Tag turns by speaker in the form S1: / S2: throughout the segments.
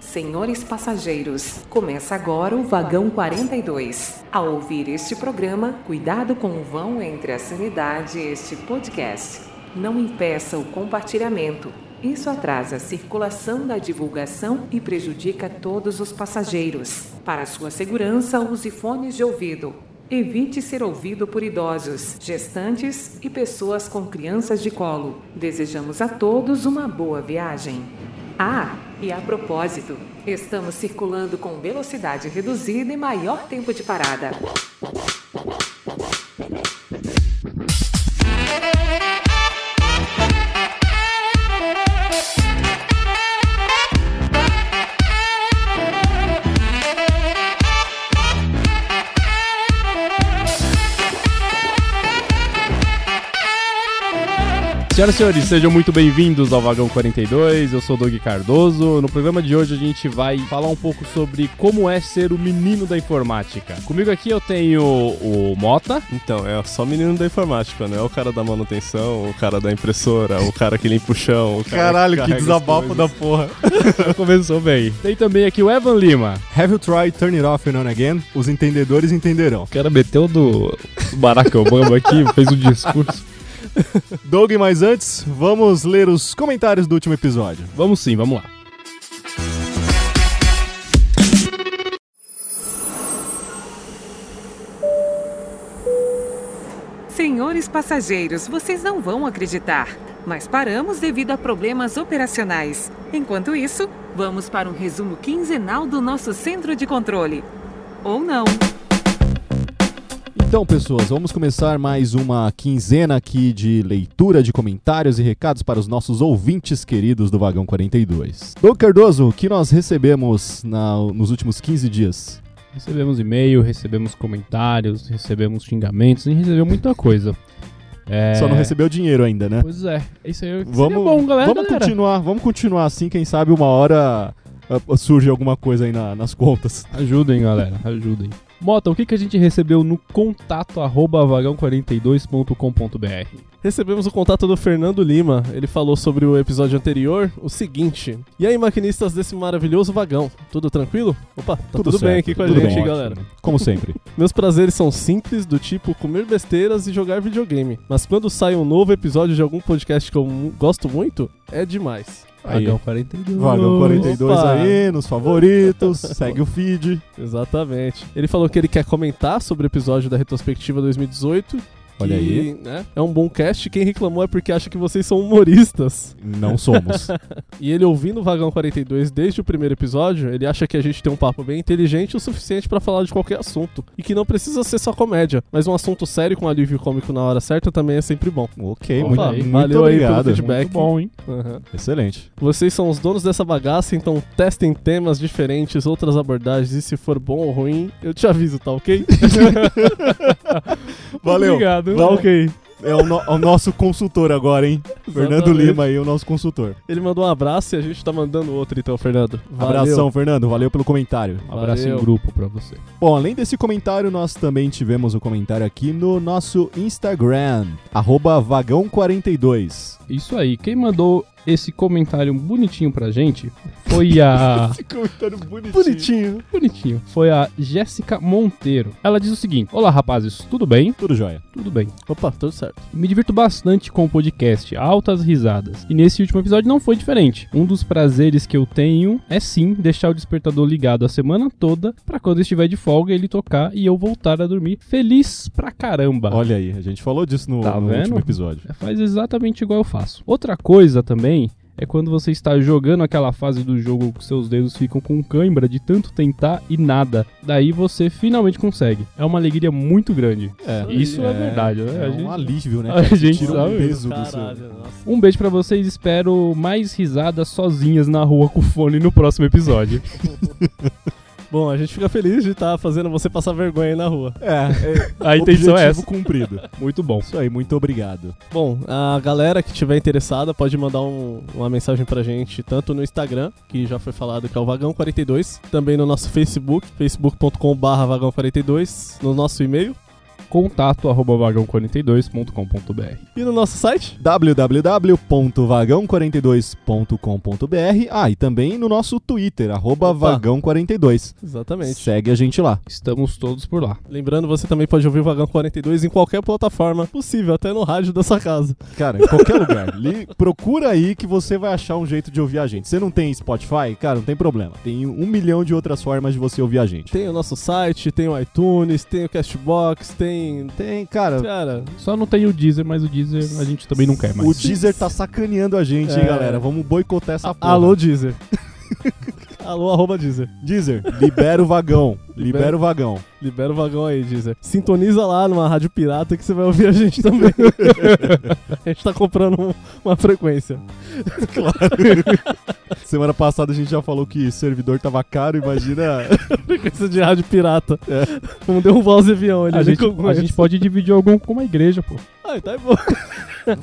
S1: senhores passageiros. Começa agora o vagão 42. Ao ouvir este programa, cuidado com o vão entre a sanidade e este podcast. Não impeça o compartilhamento. Isso atrasa a circulação da divulgação e prejudica todos os passageiros. Para sua segurança, use fones de ouvido. Evite ser ouvido por idosos, gestantes e pessoas com crianças de colo. Desejamos a todos uma boa viagem. Ah, e a propósito, estamos circulando com velocidade reduzida e maior tempo de parada.
S2: Senhoras e senhores, sejam muito bem-vindos ao Vagão 42. Eu sou o Doug Cardoso. No programa de hoje a gente vai falar um pouco sobre como é ser o menino da informática. Comigo aqui eu tenho o Mota.
S3: Então, é só menino da informática, não é o cara da manutenção, o cara da impressora, o cara que limpa o chão, o cara
S2: Caralho, que
S3: carrega as
S2: desabafo da
S3: coisas.
S2: porra. Então Começou bem. Tem também aqui o Evan Lima.
S4: Have you tried turn it off and on again? Os entendedores entenderão.
S2: O cara meteu do Barack Obama aqui, fez um discurso.
S4: Doug, mas antes, vamos ler os comentários do último episódio.
S2: Vamos sim, vamos lá.
S1: Senhores passageiros, vocês não vão acreditar, mas paramos devido a problemas operacionais. Enquanto isso, vamos para um resumo quinzenal do nosso centro de controle. Ou não.
S4: Então, pessoas, vamos começar mais uma quinzena aqui de leitura de comentários e recados para os nossos ouvintes queridos do Vagão 42. Doug Cardoso, o que nós recebemos na- nos últimos 15 dias?
S2: Recebemos e-mail, recebemos comentários, recebemos xingamentos, a gente recebeu muita coisa. É...
S4: Só não recebeu dinheiro ainda, né?
S2: Pois é, isso aí seria
S4: Vamos,
S2: bom, galera.
S4: vamos
S2: galera.
S4: continuar, vamos continuar assim, quem sabe uma hora ah, surge alguma coisa aí na- nas contas.
S2: Ajudem, galera, ajudem. Mota, o que, que a gente recebeu no contato arroba vagão42.com.br?
S3: Recebemos o contato do Fernando Lima. Ele falou sobre o episódio anterior, o seguinte. E aí, maquinistas desse maravilhoso vagão, tudo tranquilo? Opa, tá tudo, bem
S4: certo,
S3: aqui com a
S4: tudo
S3: gente,
S4: bem.
S3: galera.
S4: Como sempre.
S3: Meus prazeres são simples, do tipo comer besteiras e jogar videogame. Mas quando sai um novo episódio de algum podcast que eu mu- gosto muito, é demais.
S4: Aí.
S2: Vagão 42.
S4: Vagão 42
S3: Opa!
S4: aí, nos favoritos, segue o feed.
S3: Exatamente. Ele falou que ele quer comentar sobre o episódio da retrospectiva 2018.
S4: Olha
S3: que,
S4: aí.
S3: né, é um bom cast. Quem reclamou é porque acha que vocês são humoristas.
S4: Não somos.
S3: E ele ouvindo o Vagão 42 desde o primeiro episódio, ele acha que a gente tem um papo bem inteligente o suficiente pra falar de qualquer assunto. E que não precisa ser só comédia, mas um assunto sério com alívio cômico na hora certa também é sempre bom.
S4: ok,
S2: Opa,
S4: muito,
S2: aí,
S4: muito
S3: valeu aí pelo
S4: obrigado.
S3: feedback.
S2: Muito bom, hein?
S3: Aham.
S4: Excelente.
S3: Vocês são os donos dessa bagaça, então testem temas diferentes, outras abordagens, e se for bom ou ruim, eu te aviso, tá ok?
S4: Valeu.
S2: Obrigado.
S4: Tá ok. É o, no- é o nosso consultor agora, hein? Fernando
S3: Exatamente.
S4: Lima aí, o nosso consultor.
S3: Ele mandou um abraço e a gente tá mandando outro, então, Fernando. Valeu.
S4: Abração, Fernando. Valeu pelo comentário.
S2: Um abraço
S3: Valeu.
S2: em grupo pra você.
S4: Bom, além desse comentário, nós também tivemos o comentário aqui no nosso Instagram, arroba vagão42.
S2: Isso aí, quem mandou esse comentário bonitinho pra gente foi a.
S4: comentário bonitinho.
S3: Bonitinho.
S2: bonitinho. Foi a Jéssica Monteiro. Ela diz o seguinte: Olá, rapazes, tudo bem?
S4: Tudo jóia.
S2: Tudo bem.
S3: Opa, tudo certo.
S2: Me divirto bastante com o podcast, altas risadas. E nesse último episódio não foi diferente. Um dos prazeres que eu tenho é sim deixar o despertador ligado a semana toda pra quando eu estiver de folga ele tocar e eu voltar a dormir feliz pra caramba.
S4: Olha aí, a gente falou disso no,
S2: Tá
S4: no
S2: vendo?
S4: último episódio.
S2: É, Faz exatamente igual eu faço. Outra coisa também é quando você está jogando aquela fase do jogo que seus dedos ficam com cãibra de tanto tentar e nada. Daí você finalmente consegue. É uma alegria muito grande.
S4: É,
S2: Isso é,
S3: É,
S2: verdade, né?
S4: É
S2: A
S4: um
S2: gente-
S4: alívio, né?
S2: a
S4: cara? Você
S2: gente
S4: tira
S2: sabe.
S4: um peso do seu.
S3: Caralho, nossa.
S2: Um beijo pra vocês, espero mais risadas sozinhas na rua com fone no próximo episódio.
S3: Bom, a gente fica feliz de estar fazendo você passar vergonha aí na rua.
S4: É,
S2: A intenção é essa.
S4: Objetivo cumprido.
S2: Muito bom.
S4: Isso aí, muito obrigado.
S3: Bom, a galera que tiver interessada pode mandar um- uma mensagem pra gente, tanto no Instagram, que já foi falado que é o Vagão42, também no nosso Facebook, facebook.com.br Vagão42, no nosso e-mail,
S2: contato@vagão42.com.br.
S3: E no nosso site?
S4: www.vagão42.com.br Ah, e também no nosso Twitter, arroba
S3: Opa.
S4: vagão42.
S3: Exatamente.
S4: Segue a gente lá.
S2: Estamos todos por lá.
S3: Lembrando, você também pode ouvir o Vagão 42 em qualquer plataforma possível, até no rádio da sua casa.
S4: Cara, em qualquer lugar. Li- procura aí que você vai achar um jeito de ouvir a gente. Você não tem Spotify? Cara, não tem problema. Tem um milhão de outras formas de você ouvir a gente.
S3: Tem o nosso site, tem o iTunes, tem o Castbox, tem.
S4: Tem, cara.
S3: Cara,
S2: Só não tem o Deezer, mas o Deezer a gente também não quer mais.
S4: O Deezer tá sacaneando a gente, hein,
S3: É.
S4: galera. Vamos boicotar essa porra.
S3: alô Deezer. alô, arroba Deezer.
S4: Deezer, libera o vagão.
S3: Libera
S4: Libera o vagão.
S3: Libera o vagão aí, Deezer. Sintoniza lá numa rádio pirata que você vai ouvir a gente também. a gente tá comprando um- uma frequência.
S4: Semana passada a gente já falou que servidor tava caro, imagina.
S3: Frequência de rádio pirata. Vamos derrubar os avião ali.
S2: A gente,
S3: com
S2: a gente pode dividir algum com uma igreja, pô.
S3: Ai, tá bom.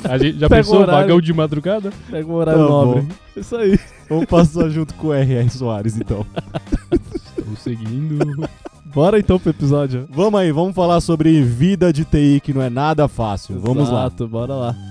S2: A gente já
S3: Pega o
S2: pensou
S3: horário.
S2: vagão de madrugada?
S3: Pega um horário
S4: Tá bom.
S3: nobre. Isso aí.
S4: Vamos passar junto com o R.R. Soares, então.
S2: Estou seguindo.
S3: Bora então pro episódio.
S4: Vamos aí, vamos falar sobre vida de TI, que não é nada fácil. Vamos lá.
S3: Exato, Bora lá.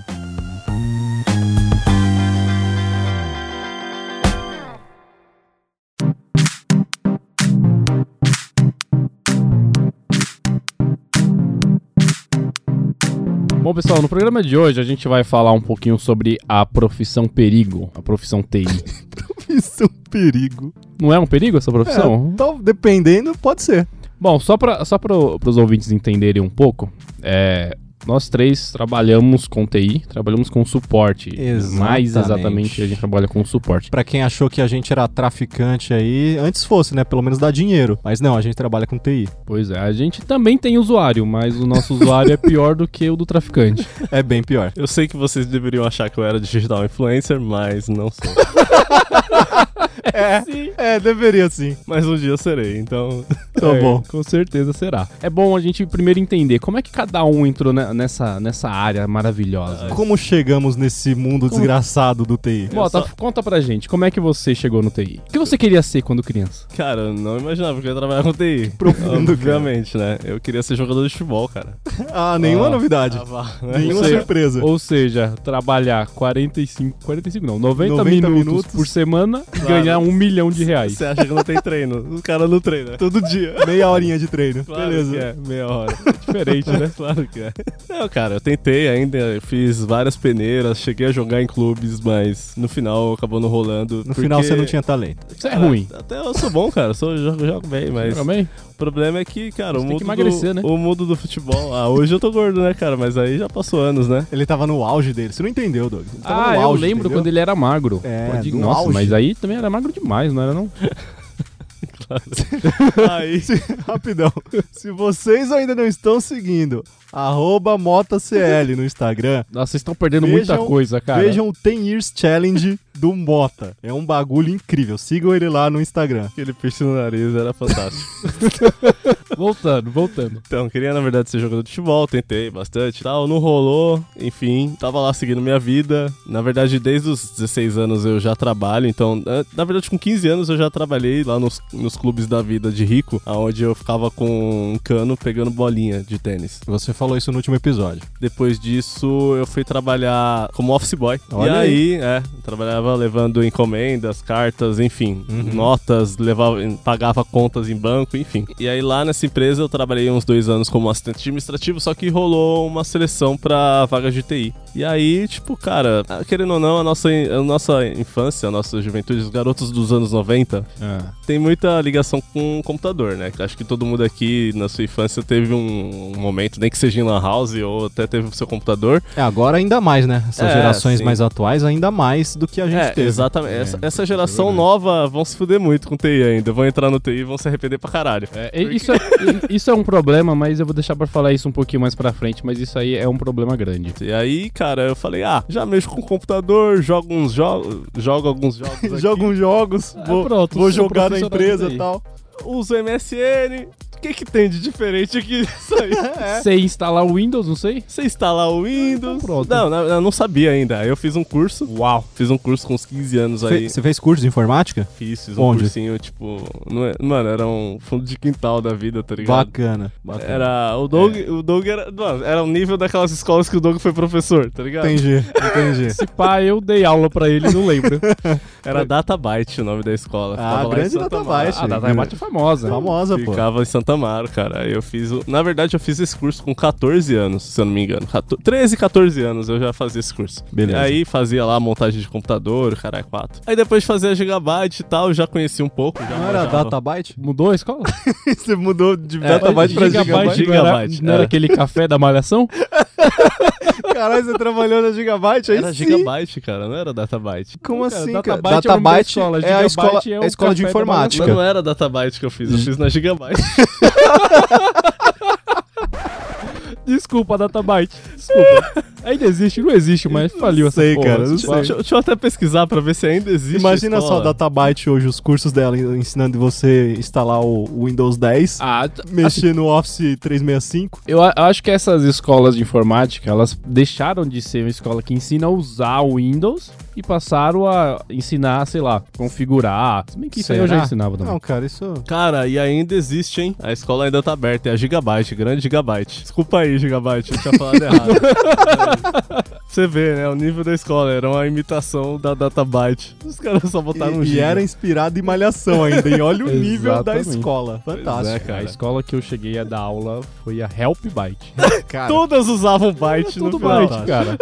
S2: Bom, pessoal, no programa de hoje a gente vai falar um pouquinho sobre a profissão perigo, a profissão TI.
S4: Isso é um perigo.
S2: Não é um perigo essa profissão?
S4: Então, dependendo, pode ser.
S2: Bom, só para só os ouvintes entenderem um pouco, é, nós três trabalhamos com TI, trabalhamos com suporte. Mais
S4: Exatamente.
S2: exatamente, a gente trabalha com suporte.
S4: Pra quem achou que a gente era traficante aí, antes fosse, né? Pelo menos dá dinheiro. Mas não, a gente trabalha com TI.
S2: Pois é, a gente também tem usuário, mas o nosso usuário é pior do que o do traficante.
S4: É bem pior.
S3: Eu sei que vocês deveriam achar que eu era digital influencer, mas não sou.
S4: É, é deveria sim.
S3: mas um dia eu serei, então.
S4: Tá
S2: É,
S4: bom.
S2: Com certeza será. É bom a gente primeiro entender como é que cada um entrou ne- nessa, nessa área maravilhosa.
S4: Como chegamos nesse mundo desgraçado do TI?
S2: É. Bota,
S3: só-
S2: conta pra gente, como é que você chegou no TI? O que você queria ser quando criança?
S3: Cara, eu não imaginava que eu ia trabalhar com TI.
S4: profundo,
S3: Obviamente, né? Eu queria ser jogador de futebol, cara. Né?
S4: Ah, nenhuma
S2: Ah.
S4: novidade. Nenhuma
S2: Você-
S4: surpresa.
S2: Ou seja, trabalhar 45, 45 não, 90,
S4: 90
S2: minutos,
S4: minutos. é
S2: por semana e ganhar um milhão de reais.
S3: Você acha que não tem treino? Os caras não treinam. Todo dia.
S4: Meia horinha de treino.
S3: Claro
S4: Beleza.
S3: que é, meia hora.
S2: Diferente, né?
S3: claro que é. Não, cara, eu tentei ainda, eu fiz várias peneiras, cheguei a jogar em clubes, mas no final acabou não rolando.
S4: No final você não
S3: porque-
S4: tinha talento.
S2: Isso é ruim.
S3: Até eu sou bom, cara. Eu sou, jogo, jogo bem, mas.
S2: Também?
S3: O problema é que, cara,
S2: Você
S3: o
S2: tem
S3: mundo,
S2: que emagrecer,
S3: do,
S2: né?
S3: o mundo do futebol. Ah, hoje eu tô gordo, né, cara? Mas aí já passou anos, né?
S4: Ele tava no auge dele. Você não entendeu, Doug. Ele tava
S2: Ah,
S4: tá no
S2: eu
S4: auge,
S2: lembro
S4: entendeu?
S2: quando ele era magro.
S4: É,
S2: Pode-
S4: no
S2: Nossa,
S4: auge.
S2: mas aí também era magro demais, não era não?
S3: Aí.
S4: Rapidão. Se vocês ainda não estão seguindo, arroba MotaCL no Instagram,
S2: Nossa, vocês estão perdendo
S4: Vejam-
S2: muita coisa, cara.
S4: vejam o 10 Years Challenge do Mota. É um bagulho incrível. Sigam ele lá no Instagram.
S3: Aquele peixe no nariz era fantástico.
S2: Voltando, voltando.
S3: então, queria, na verdade, ser jogador de futebol, tentei bastante e tal, não rolou, enfim, tava lá seguindo minha vida. Na verdade, desde os 16 anos eu já trabalho, então, na- na verdade, com 15 anos eu já trabalhei lá nos, nos clubes da vida de rico, aonde eu ficava com um cano pegando bolinha de tênis.
S4: Você falou isso no último episódio.
S3: Depois disso, eu fui trabalhar como office boy.
S4: Olha
S3: e aí, é, trabalhava levando encomendas, cartas, enfim, notas, levava, pagava contas em banco, enfim. E aí lá nessa empresa eu trabalhei uns dois anos como assistente administrativo, só que rolou uma seleção pra vaga de TI. E aí, tipo, cara, querendo ou não, a nossa, a nossa infância, a nossa juventude, os garotos dos anos 90,
S4: Ah.
S3: tem muita ligação com o computador, né? Acho que todo mundo aqui na sua infância teve um, um momento, nem que seja em Lan House ou até teve o seu computador.
S4: É, agora ainda mais, né? Essas
S3: É,
S4: gerações
S3: sim.
S4: mais atuais, ainda mais do que a gente
S3: É,
S4: teve.
S3: exatamente. essa, essa geração
S2: verdade.
S3: nova vão se fuder muito com TI ainda. Vão entrar no TI e vão se arrepender pra caralho.
S2: É, e- isso, é, e- isso é um problema, mas eu vou deixar pra falar isso um pouquinho mais pra frente, mas isso aí é um problema grande.
S3: E aí, cara, eu falei, ah, já mexo com o computador, jogo uns jogos, jogo alguns jogos aqui.
S4: Jogam jogos,
S2: É,
S4: vou,
S2: pronto,
S4: vou
S2: sou
S4: jogar na
S2: profissional
S4: empresa
S2: daí.
S4: e tal.
S3: uso MSN. O que, que tem de diferente aqui disso aí?
S4: É.
S2: Sei instalar o Windows, não sei?
S3: Você instalar o
S4: Ah, então
S3: Windows.
S2: pronto.
S3: não, não, eu não sabia ainda. Eu fiz um curso. Uau! Fiz um curso com uns 15 anos aí.
S4: Você fez curso de informática?
S3: Fiz, fiz um
S4: Onde?
S3: cursinho, tipo. Não é- mano, era um fundo de quintal da vida, tá ligado?
S4: Bacana. bacana.
S3: Era. O Doug,
S4: É.
S3: o Doug era. Mano, era o nível daquelas escolas que o Doug foi professor, tá ligado?
S4: Entendi, entendi.
S2: Se pá, eu dei aula pra ele, não lembro.
S3: Era Databyte o nome da escola.
S4: Ah,
S3: lá em
S4: grande
S3: Santa
S4: Databyte.
S2: a data bate é famosa.
S4: Famosa, pô.
S3: Ficava em Santa Amaro, cara. Eu fiz. o- Na verdade, eu fiz esse curso com 14 anos, se eu não me engano. 14 13, 14 anos eu já fazia esse curso.
S4: Beleza.
S3: Aí fazia lá montagem de computador, caralho, 4. Aí depois de fazer a Gigabyte e tal, eu já conheci um pouco. Já
S4: Não era
S3: manjava.
S4: Databyte?
S2: Mudou a escola?
S4: Você mudou de
S3: É,
S4: Databyte pra
S3: Gigabyte.
S4: Gigabyte.
S2: Não era,
S3: Gigabyte,
S2: não era
S3: é.
S2: aquele café da malhação?
S4: Caralho, você tá- trabalhou na Gigabyte? Aí
S3: Era
S4: sim.
S3: Gigabyte, cara, não era Databyte.
S4: Como
S2: Cara,
S4: assim, cara?
S2: Databyte é o nome da
S4: Databyte
S2: escola,
S4: é a
S2: Gigabyte
S4: escola,
S2: é
S4: é
S2: o
S4: a escola de
S2: café da
S4: informática.
S3: Mas não era Databyte que eu fiz, eu fiz na Gigabyte.
S2: Desculpa, Databyte. Desculpa. Ainda existe, não existe, mas faliu essa
S4: sei,
S2: porra.
S4: cara, não
S2: Desculpa.
S3: deixa, eu- deixa eu até pesquisar pra ver se ainda existe.
S4: Imagina só
S3: escola.
S4: o Databyte hoje, os cursos dela ensinando você instalar o Windows 10,
S2: Ah, t-
S4: mexer no Office 365.
S2: eu a- acho que essas escolas de informática, elas deixaram de ser uma escola que ensina a usar o Windows e passaram a ensinar, sei lá, configurar. Se bem que isso aí eu já
S4: Será?
S2: ensinava também.
S4: Não, cara, isso...
S3: Cara, e ainda existe, hein? A escola ainda tá aberta, é a Gigabyte, grande Gigabyte. Desculpa aí, Gigabyte, eu tinha falado errado. Você vê, né? O nível da escola era uma imitação da Databyte. Os caras só botaram um
S4: e, e
S3: giga.
S4: era inspirado em malhação ainda, e olha o nível da
S2: Exatamente.
S4: escola.
S3: Pois é,
S4: Fantástico.
S2: A
S3: cara.
S2: escola que eu cheguei a dar aula foi a Help Byte.
S4: Cara,
S3: Todas usavam Byte no
S2: Tudo
S3: final.
S2: Byte, cara.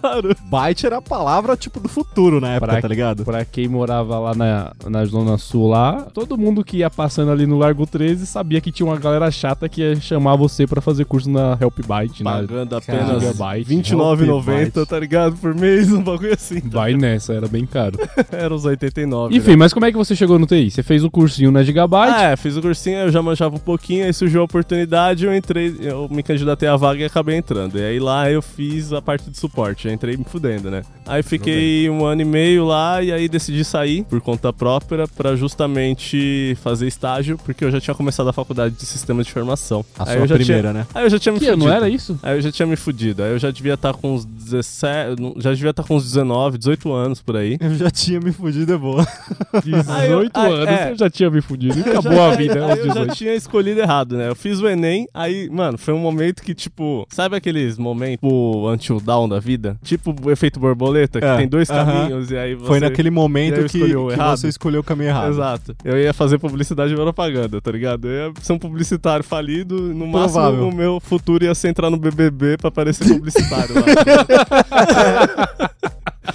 S3: Claro.
S4: byte era a palavra, tipo, do futuro na época,
S2: Pra-
S4: tá ligado?
S2: Pra quem morava lá na, na Zona Sul lá, todo mundo que ia passando ali no Largo 13 sabia que tinha uma galera chata que ia chamar você pra fazer curso na Help Byte, na
S3: Pagando
S4: Cara,
S3: apenas
S2: Gigabyte.
S3: 29,90,
S4: Gigabyte.
S3: tá ligado? Por mês, um bagulho assim.
S2: Vai nessa, era bem caro.
S3: Era os 89. né?
S2: Enfim, mas como é que você chegou no TI? Você fez o cursinho na Gigabyte?
S4: tipo-
S3: Ah, é, fiz o cursinho, eu já manjava um pouquinho, aí surgiu a oportunidade, eu entrei, eu me candidatei à vaga e acabei entrando. E aí lá eu fiz a parte de suporte, eu entrei me fudendo, né? Aí fiquei um ano e meio lá e aí decidi sair por conta própria pra justamente fazer estágio, porque eu já tinha começado a faculdade de sistemas de informação.
S4: A
S3: aí
S4: sua
S3: Ah, eu já
S4: primeira,
S3: tinha,
S4: né?
S3: Aí eu já tinha me
S2: que ano
S3: é, fudido.
S2: era isso?
S3: Aí eu já tinha me fudido, aí eu já devia estar com uns 17, não, já devia estar com uns 19, 18 anos por aí.
S4: Eu já tinha me fudido, é boa.
S2: 18
S3: Ah, eu- ah,
S2: anos,
S3: é.
S2: eu já tinha me fudido.
S3: Eu
S2: Acabou
S3: já-
S2: a vida
S3: aí
S2: aos
S3: Eu já
S2: 18.
S3: tinha escolhido errado, né? Eu fiz o Enem, aí, mano, foi um momento que, tipo, sabe aqueles momentos, tipo, until down da vida? Tipo o efeito borboleta, que
S4: É,
S3: tem dois
S4: aham.
S3: caminhos, e aí você.
S4: Foi naquele
S3: e aí
S4: momento
S3: eu
S4: que,
S3: escolhi o
S4: que
S3: errado.
S4: você escolheu o caminho errado.
S3: Exato. Eu ia fazer publicidade e propaganda, tá ligado? Eu ia ser um publicitário falido, no
S4: Provável.
S3: máximo o meu futuro ia ser entrar no BBB pra parecer publicitário lá.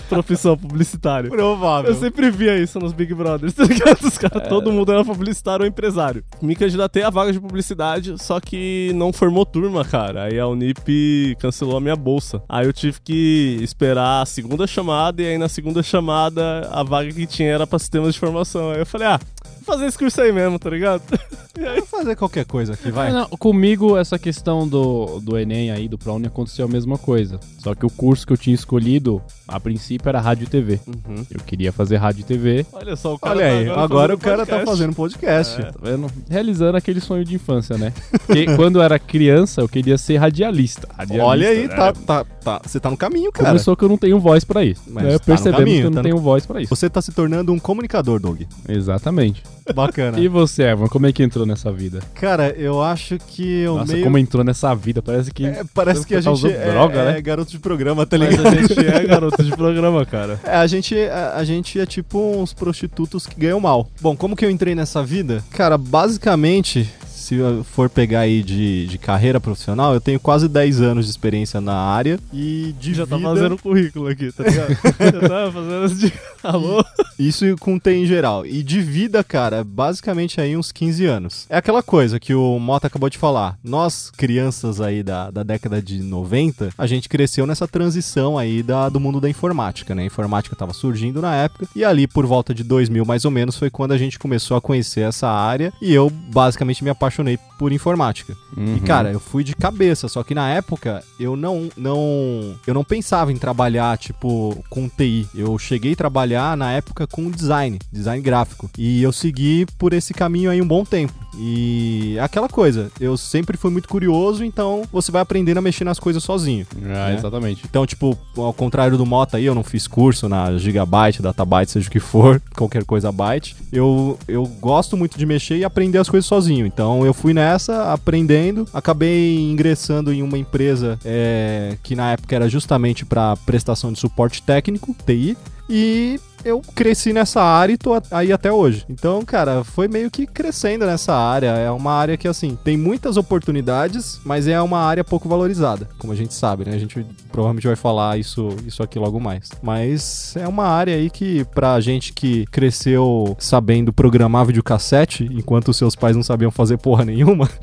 S3: Profissão publicitário.
S4: Provável.
S3: Eu sempre via isso nos Big Brothers, tá ligado? Os cara, Todo mundo era publicitário ou empresário. Me candidatei a vaga de publicidade, só que não formou turma, cara. Aí a Unip cancelou a minha bolsa. Aí eu tive que esperar a segunda chamada, e aí na segunda chamada a vaga que tinha era pra sistemas de formação. Aí eu falei, ah, vou fazer esse curso aí mesmo, tá ligado?
S4: Vamos fazer qualquer coisa aqui, vai.
S2: Ah, Não, comigo, essa questão do, do Enem aí, do ProUni, aconteceu a mesma coisa. Só que o curso que eu tinha escolhido, a princípio, era rádio e TV.
S4: Uhum.
S2: Eu queria fazer rádio e TV,
S3: Olha só, o cara
S4: Olha
S3: tá
S4: aí, agora o
S3: fazendo
S4: cara tá
S3: podcast. É.
S4: fazendo podcast.
S2: Tá vendo? Realizando aquele sonho de infância, né? Porque quando eu era criança, eu queria ser radialista. Radialista,
S4: Olha aí,
S2: né?
S4: tá, tá, tá. Você tá no caminho, cara.
S2: Começou que eu não tenho voz pra isso.
S4: Mas
S2: Né?
S4: tá no
S2: Percebemos
S4: caminho,
S2: que eu não
S4: tá no-
S2: tenho voz pra isso.
S4: Você tá se tornando um comunicador, Doug.
S2: Exatamente.
S4: Bacana.
S2: E você, Evan, como é que entrou nessa vida?
S4: Cara, eu acho que eu
S2: Nossa,
S4: meio.
S2: como entrou nessa vida? Parece que.
S4: É, parece que a
S2: Tá
S4: gente
S2: usando
S4: é,
S2: droga,
S4: é
S2: né?
S4: garoto de programa, tá
S3: Mas
S4: ligado?
S3: a gente é garoto de programa, cara.
S4: É, a gente, a, a gente é tipo uns prostitutos que ganham mal. Bom, como que eu entrei nessa vida? Cara, basicamente, se eu for pegar aí de, de carreira profissional, eu tenho quase 10 anos de experiência na área e de
S3: Já tá
S4: vida-
S3: fazendo currículo aqui, tá ligado? Já tá fazendo as de... Alô?
S4: Isso e com T em geral. E de vida, cara, basicamente aí uns 15 anos. É aquela coisa que o Mota acabou de falar. Nós, crianças aí da, da década de 90, a gente cresceu nessa transição aí da, do mundo da informática, né? A informática tava surgindo na época. E ali, por volta de 2000, mais ou menos, foi quando a gente começou a conhecer essa área. E eu, basicamente, me apaixonei apaixonei por informática. E, cara, eu fui de cabeça, só que na época eu não, não, eu não pensava em trabalhar, tipo, com TI. Eu cheguei a trabalhar na época com design, design gráfico. E eu segui por esse caminho aí um bom tempo. E é aquela coisa, eu sempre fui muito curioso, então você vai aprendendo a mexer nas coisas sozinho.
S2: Ah,
S4: né?
S2: exatamente.
S4: Então, tipo, ao contrário do Mota aí, eu não fiz curso na Gigabyte, Databyte, seja o que for, qualquer coisa Byte. Eu, eu gosto muito de mexer e aprender as coisas sozinho. Então, eu fui nessa, aprendendo. Acabei ingressando em uma empresa é, que na época era justamente para prestação de suporte técnico, TI. E eu cresci nessa área e tô a- aí até hoje. Então, cara, foi meio que crescendo nessa área. É uma área que, assim, tem muitas oportunidades, mas é uma área pouco valorizada, como a gente sabe, né? A gente provavelmente vai falar isso, isso aqui logo mais. Mas é uma área aí que, pra gente que cresceu sabendo programar videocassete, enquanto seus pais não sabiam fazer porra nenhuma,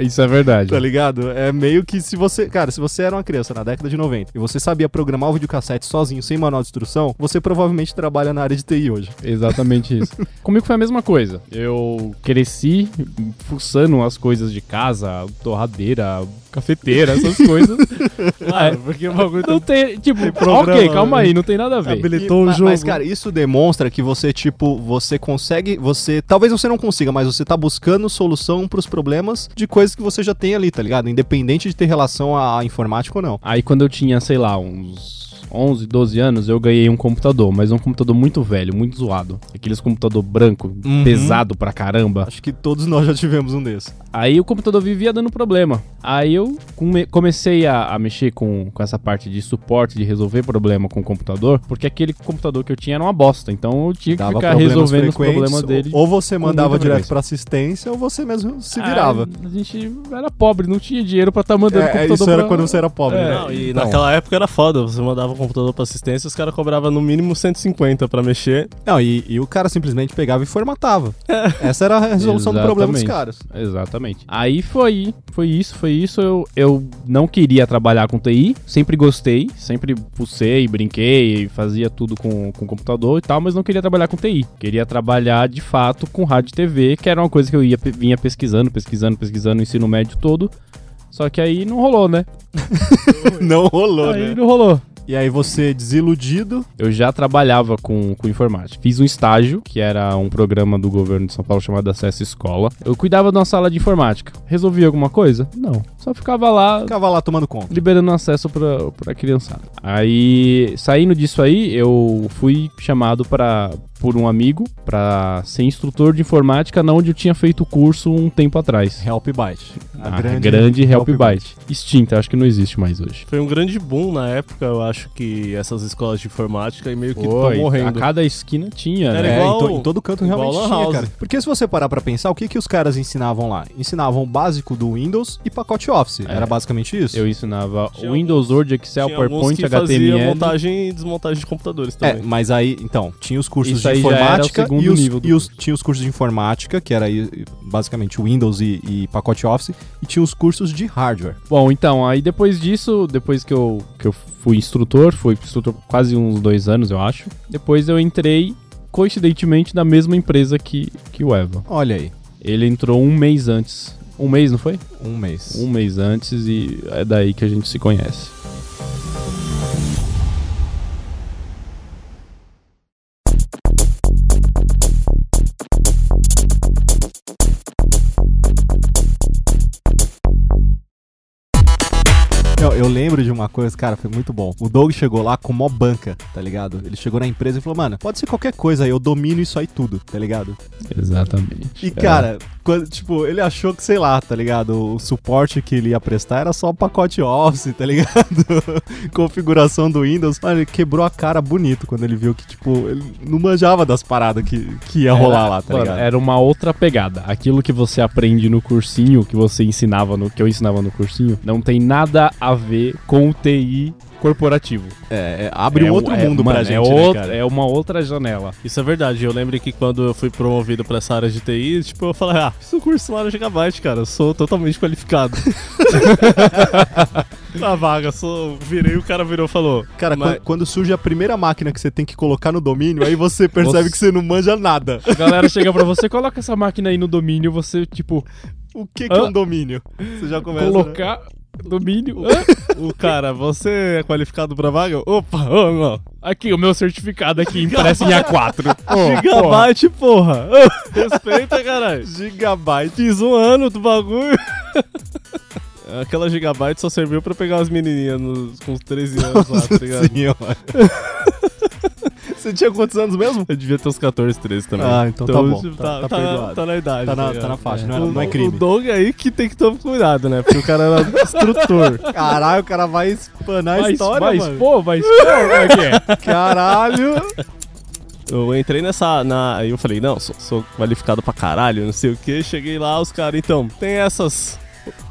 S2: Isso é verdade.
S4: Tá ligado? É meio que se você. Cara, se você era uma criança na década de 90 e você sabia programar o videocassete sozinho, sem manual de instrução, você provavelmente trabalha na área de TI hoje.
S2: Exatamente isso. Comigo foi a mesma coisa. Eu cresci fuçando as coisas de casa, torradeira, cafeteira, essas coisas. Ah,
S3: é Porque o bagulho tá
S2: não tem, tipo,
S3: Então, programa,
S2: ok, calma
S3: né?
S2: aí, não tem nada a ver.
S3: habilitou
S4: E-
S3: o
S4: ma-
S3: jogo.
S4: Mas, cara, isso demonstra que você, tipo, você consegue. Você. Talvez você não consiga, mas você tá buscando solução pros problemas de coisas que você já tem ali, tá ligado? Independente de ter relação à à informática ou não.
S2: Aí quando eu tinha, sei lá, uns 11, 12 anos, eu ganhei um computador, mas um computador muito velho, muito zoado. Aqueles computador branco,
S4: Uhum.
S2: pesado pra caramba.
S4: Acho que todos nós já tivemos um desses.
S2: Aí o computador vivia dando problema. Aí eu come- comecei a, a mexer com, com essa parte de suporte, de resolver problema com o computador, porque aquele computador que eu tinha era uma bosta. Então eu tinha que ficar
S4: problemas
S2: resolvendo os
S4: frequentes,
S2: problemas dele.
S4: Ou você
S2: com
S4: mandava
S2: muita
S4: direto
S2: frequência.
S4: pra assistência, ou você mesmo se virava.
S2: Ah, a gente era pobre, não tinha dinheiro pra estar mandando
S4: É,
S2: computador.
S4: isso era
S2: pra-
S4: quando você era pobre,
S2: É.
S4: né?
S3: Não, e
S2: Então.
S3: naquela época era foda. Você mandava o computador pra assistência, os caras cobravam no mínimo 150 pra mexer.
S4: Não, e, e o cara simplesmente pegava e formatava. Essa era a resolução do problema dos
S2: Exatamente.
S4: caras.
S2: Exatamente. Aí foi, foi isso, foi isso. Eu, eu não queria trabalhar com TI, sempre gostei, sempre pulsei, brinquei, fazia tudo com, com computador e tal, mas não queria trabalhar com TI. Queria trabalhar de fato com rádio e TV, que era uma coisa que eu ia, pe- vinha pesquisando, pesquisando, pesquisando o ensino médio todo. Só que aí não rolou, né?
S4: Não rolou, né?
S2: aí não rolou.
S4: E aí você desiludido.
S2: Eu já trabalhava com, com informática. Fiz um estágio, que era um programa do governo de São Paulo chamado Acesso Escola. Eu cuidava de uma sala de informática. Resolvia alguma coisa? Não. Só ficava lá
S4: Ficava lá tomando conta.
S2: liberando acesso pra, pra criançada. Aí, saindo disso aí, eu fui chamado pra, por um amigo pra ser instrutor de informática na onde eu tinha feito o curso um tempo atrás.
S4: Help Byte.
S2: A Ah, grande, Help, Byte. Extinta, acho que não existe mais hoje.
S3: Foi um grande boom na época, eu acho que essas escolas de informática e meio que
S2: Foi,
S3: estão
S2: a
S3: morrendo.
S2: cada esquina tinha,
S3: Era
S2: né?
S4: É,
S3: igual-
S4: em, to- em todo canto
S3: igual
S4: realmente
S3: Lan
S4: tinha,
S3: House.
S4: cara. Porque se você parar pra pensar, o que, que os caras ensinavam lá? Ensinavam o básico do Windows e pacote Office. Era basicamente isso.
S2: É. Eu ensinava
S3: Tinha
S2: Windows,
S3: alguns-
S2: Word, Excel,
S3: Tinha alguns
S2: PowerPoint,
S3: que fazia
S2: HTML.
S3: montagem e desmontagem de computadores
S4: É,
S3: também.
S4: mas aí, então, tinha os cursos
S2: Isso
S4: de
S2: aí já era o
S4: informática
S2: segundo
S4: e, os,
S2: nível do
S4: e os-
S2: curso.
S4: tinha os cursos de informática, que era aí, basicamente Windows e, e pacote Office, e tinha os cursos de hardware.
S2: Bom, então, aí depois disso, depois que eu, que eu fui instrutor, fui instrutor por quase uns dois anos, eu acho. Depois eu entrei, coincidentemente, na mesma empresa que, que o Eva.
S4: Olha aí,
S2: Ele entrou um mês antes. Um mês, não foi?
S4: um mês.
S2: Um mês antes e é daí que a gente se conhece.
S4: Eu, eu lembro de uma coisa, cara, foi muito bom. O Doug chegou lá com mó banca, tá ligado? Ele chegou na empresa e falou, mano, pode ser qualquer coisa, eu domino isso aí tudo, tá ligado?
S2: Exatamente.
S4: E, cara, quando, tipo, ele achou que, sei lá, tá ligado? O suporte que ele ia prestar era só o pacote Office, tá ligado? Configuração do Windows. Mano, ele quebrou a cara bonito quando ele viu que, tipo, ele não manjava das paradas que, que ia rolar lá, tá
S2: Mano,
S4: ligado?
S2: Era uma outra pegada. Aquilo que você aprende no cursinho, que você ensinava no que eu ensinava no cursinho, não tem nada a ver com o TI corporativo.
S4: É, é, abre
S2: É
S4: um outro
S2: é,
S4: mundo
S2: mano,
S4: pra gente,
S2: é,
S4: né,
S2: outra-
S4: cara?
S2: é uma outra janela.
S3: Isso é verdade. Eu lembro que quando eu fui promovido pra essa área de TI, tipo, eu falei, ah, fiz o curso lá no Gigabyte, cara. Eu sou totalmente qualificado. Na vaga, sou, virei, o cara virou e falou.
S4: Cara,
S3: mas-
S4: quan- quando surge a primeira máquina que você tem que colocar no domínio, aí você percebe
S2: Nossa.
S4: que você não manja nada.
S2: A galera chega pra você, coloca essa máquina aí no domínio, você, tipo,
S4: O que, que é um
S2: Hã?
S4: domínio? Você já começa. né?
S2: Colocar domínio. Hã?
S4: O cara, você é qualificado pra vaga? Opa, ô, não.
S2: Aqui, o meu certificado aqui impresso em A4. Ó,
S3: Gigabyte, porra! Respeita, caralho!
S4: Gigabyte.
S3: Fiz um ano do bagulho! Aquela gigabyte só serviu pra pegar as menininhas nos- com uns 13 anos lá, tá ligado?
S4: Senhora. Você tinha quantos anos mesmo?
S3: Eu devia ter uns 14, 13 também.
S4: Ah, então tá bom,
S3: tipo,
S4: tá-
S3: Tá,
S4: tá
S3: tá-
S4: perdoado.
S3: tá na idade.
S4: Tá na-
S3: ligado?
S4: tá na faixa, não é- não é crime.
S3: O Doug aí que tem que tomar cuidado, né? Porque o cara era instrutor.
S4: Caralho, o cara vai espanar a
S2: Mas,
S4: história,
S2: mas,
S4: mano.
S2: pô, mas, pô, como é que é?
S4: Caralho.
S3: Eu entrei nessa. Na, aí eu falei, não, sou, sou qualificado pra caralho, não sei o que. Cheguei lá, os caras, então, tem essas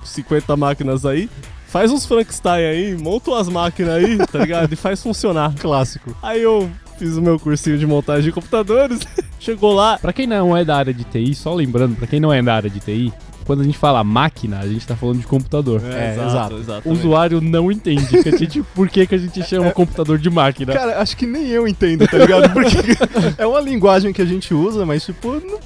S3: 50 máquinas aí. Faz uns Frankenstein aí, monta umas máquinas aí, tá ligado? E faz funcionar.
S4: Clássico.
S3: Aí eu fiz o meu cursinho de montagem de computadores. Chegou lá,
S2: Pra quem não é da área de TI, só lembrando, pra quem não é da área de TI, quando a gente fala máquina, a gente tá falando de computador.
S4: É, exato,
S2: O usuário não entende que a gente, por que, que a gente chama computador de máquina.
S4: É. Cara, acho que nem eu entendo, tá ligado? Porque é uma linguagem que a gente usa, mas tipo, não-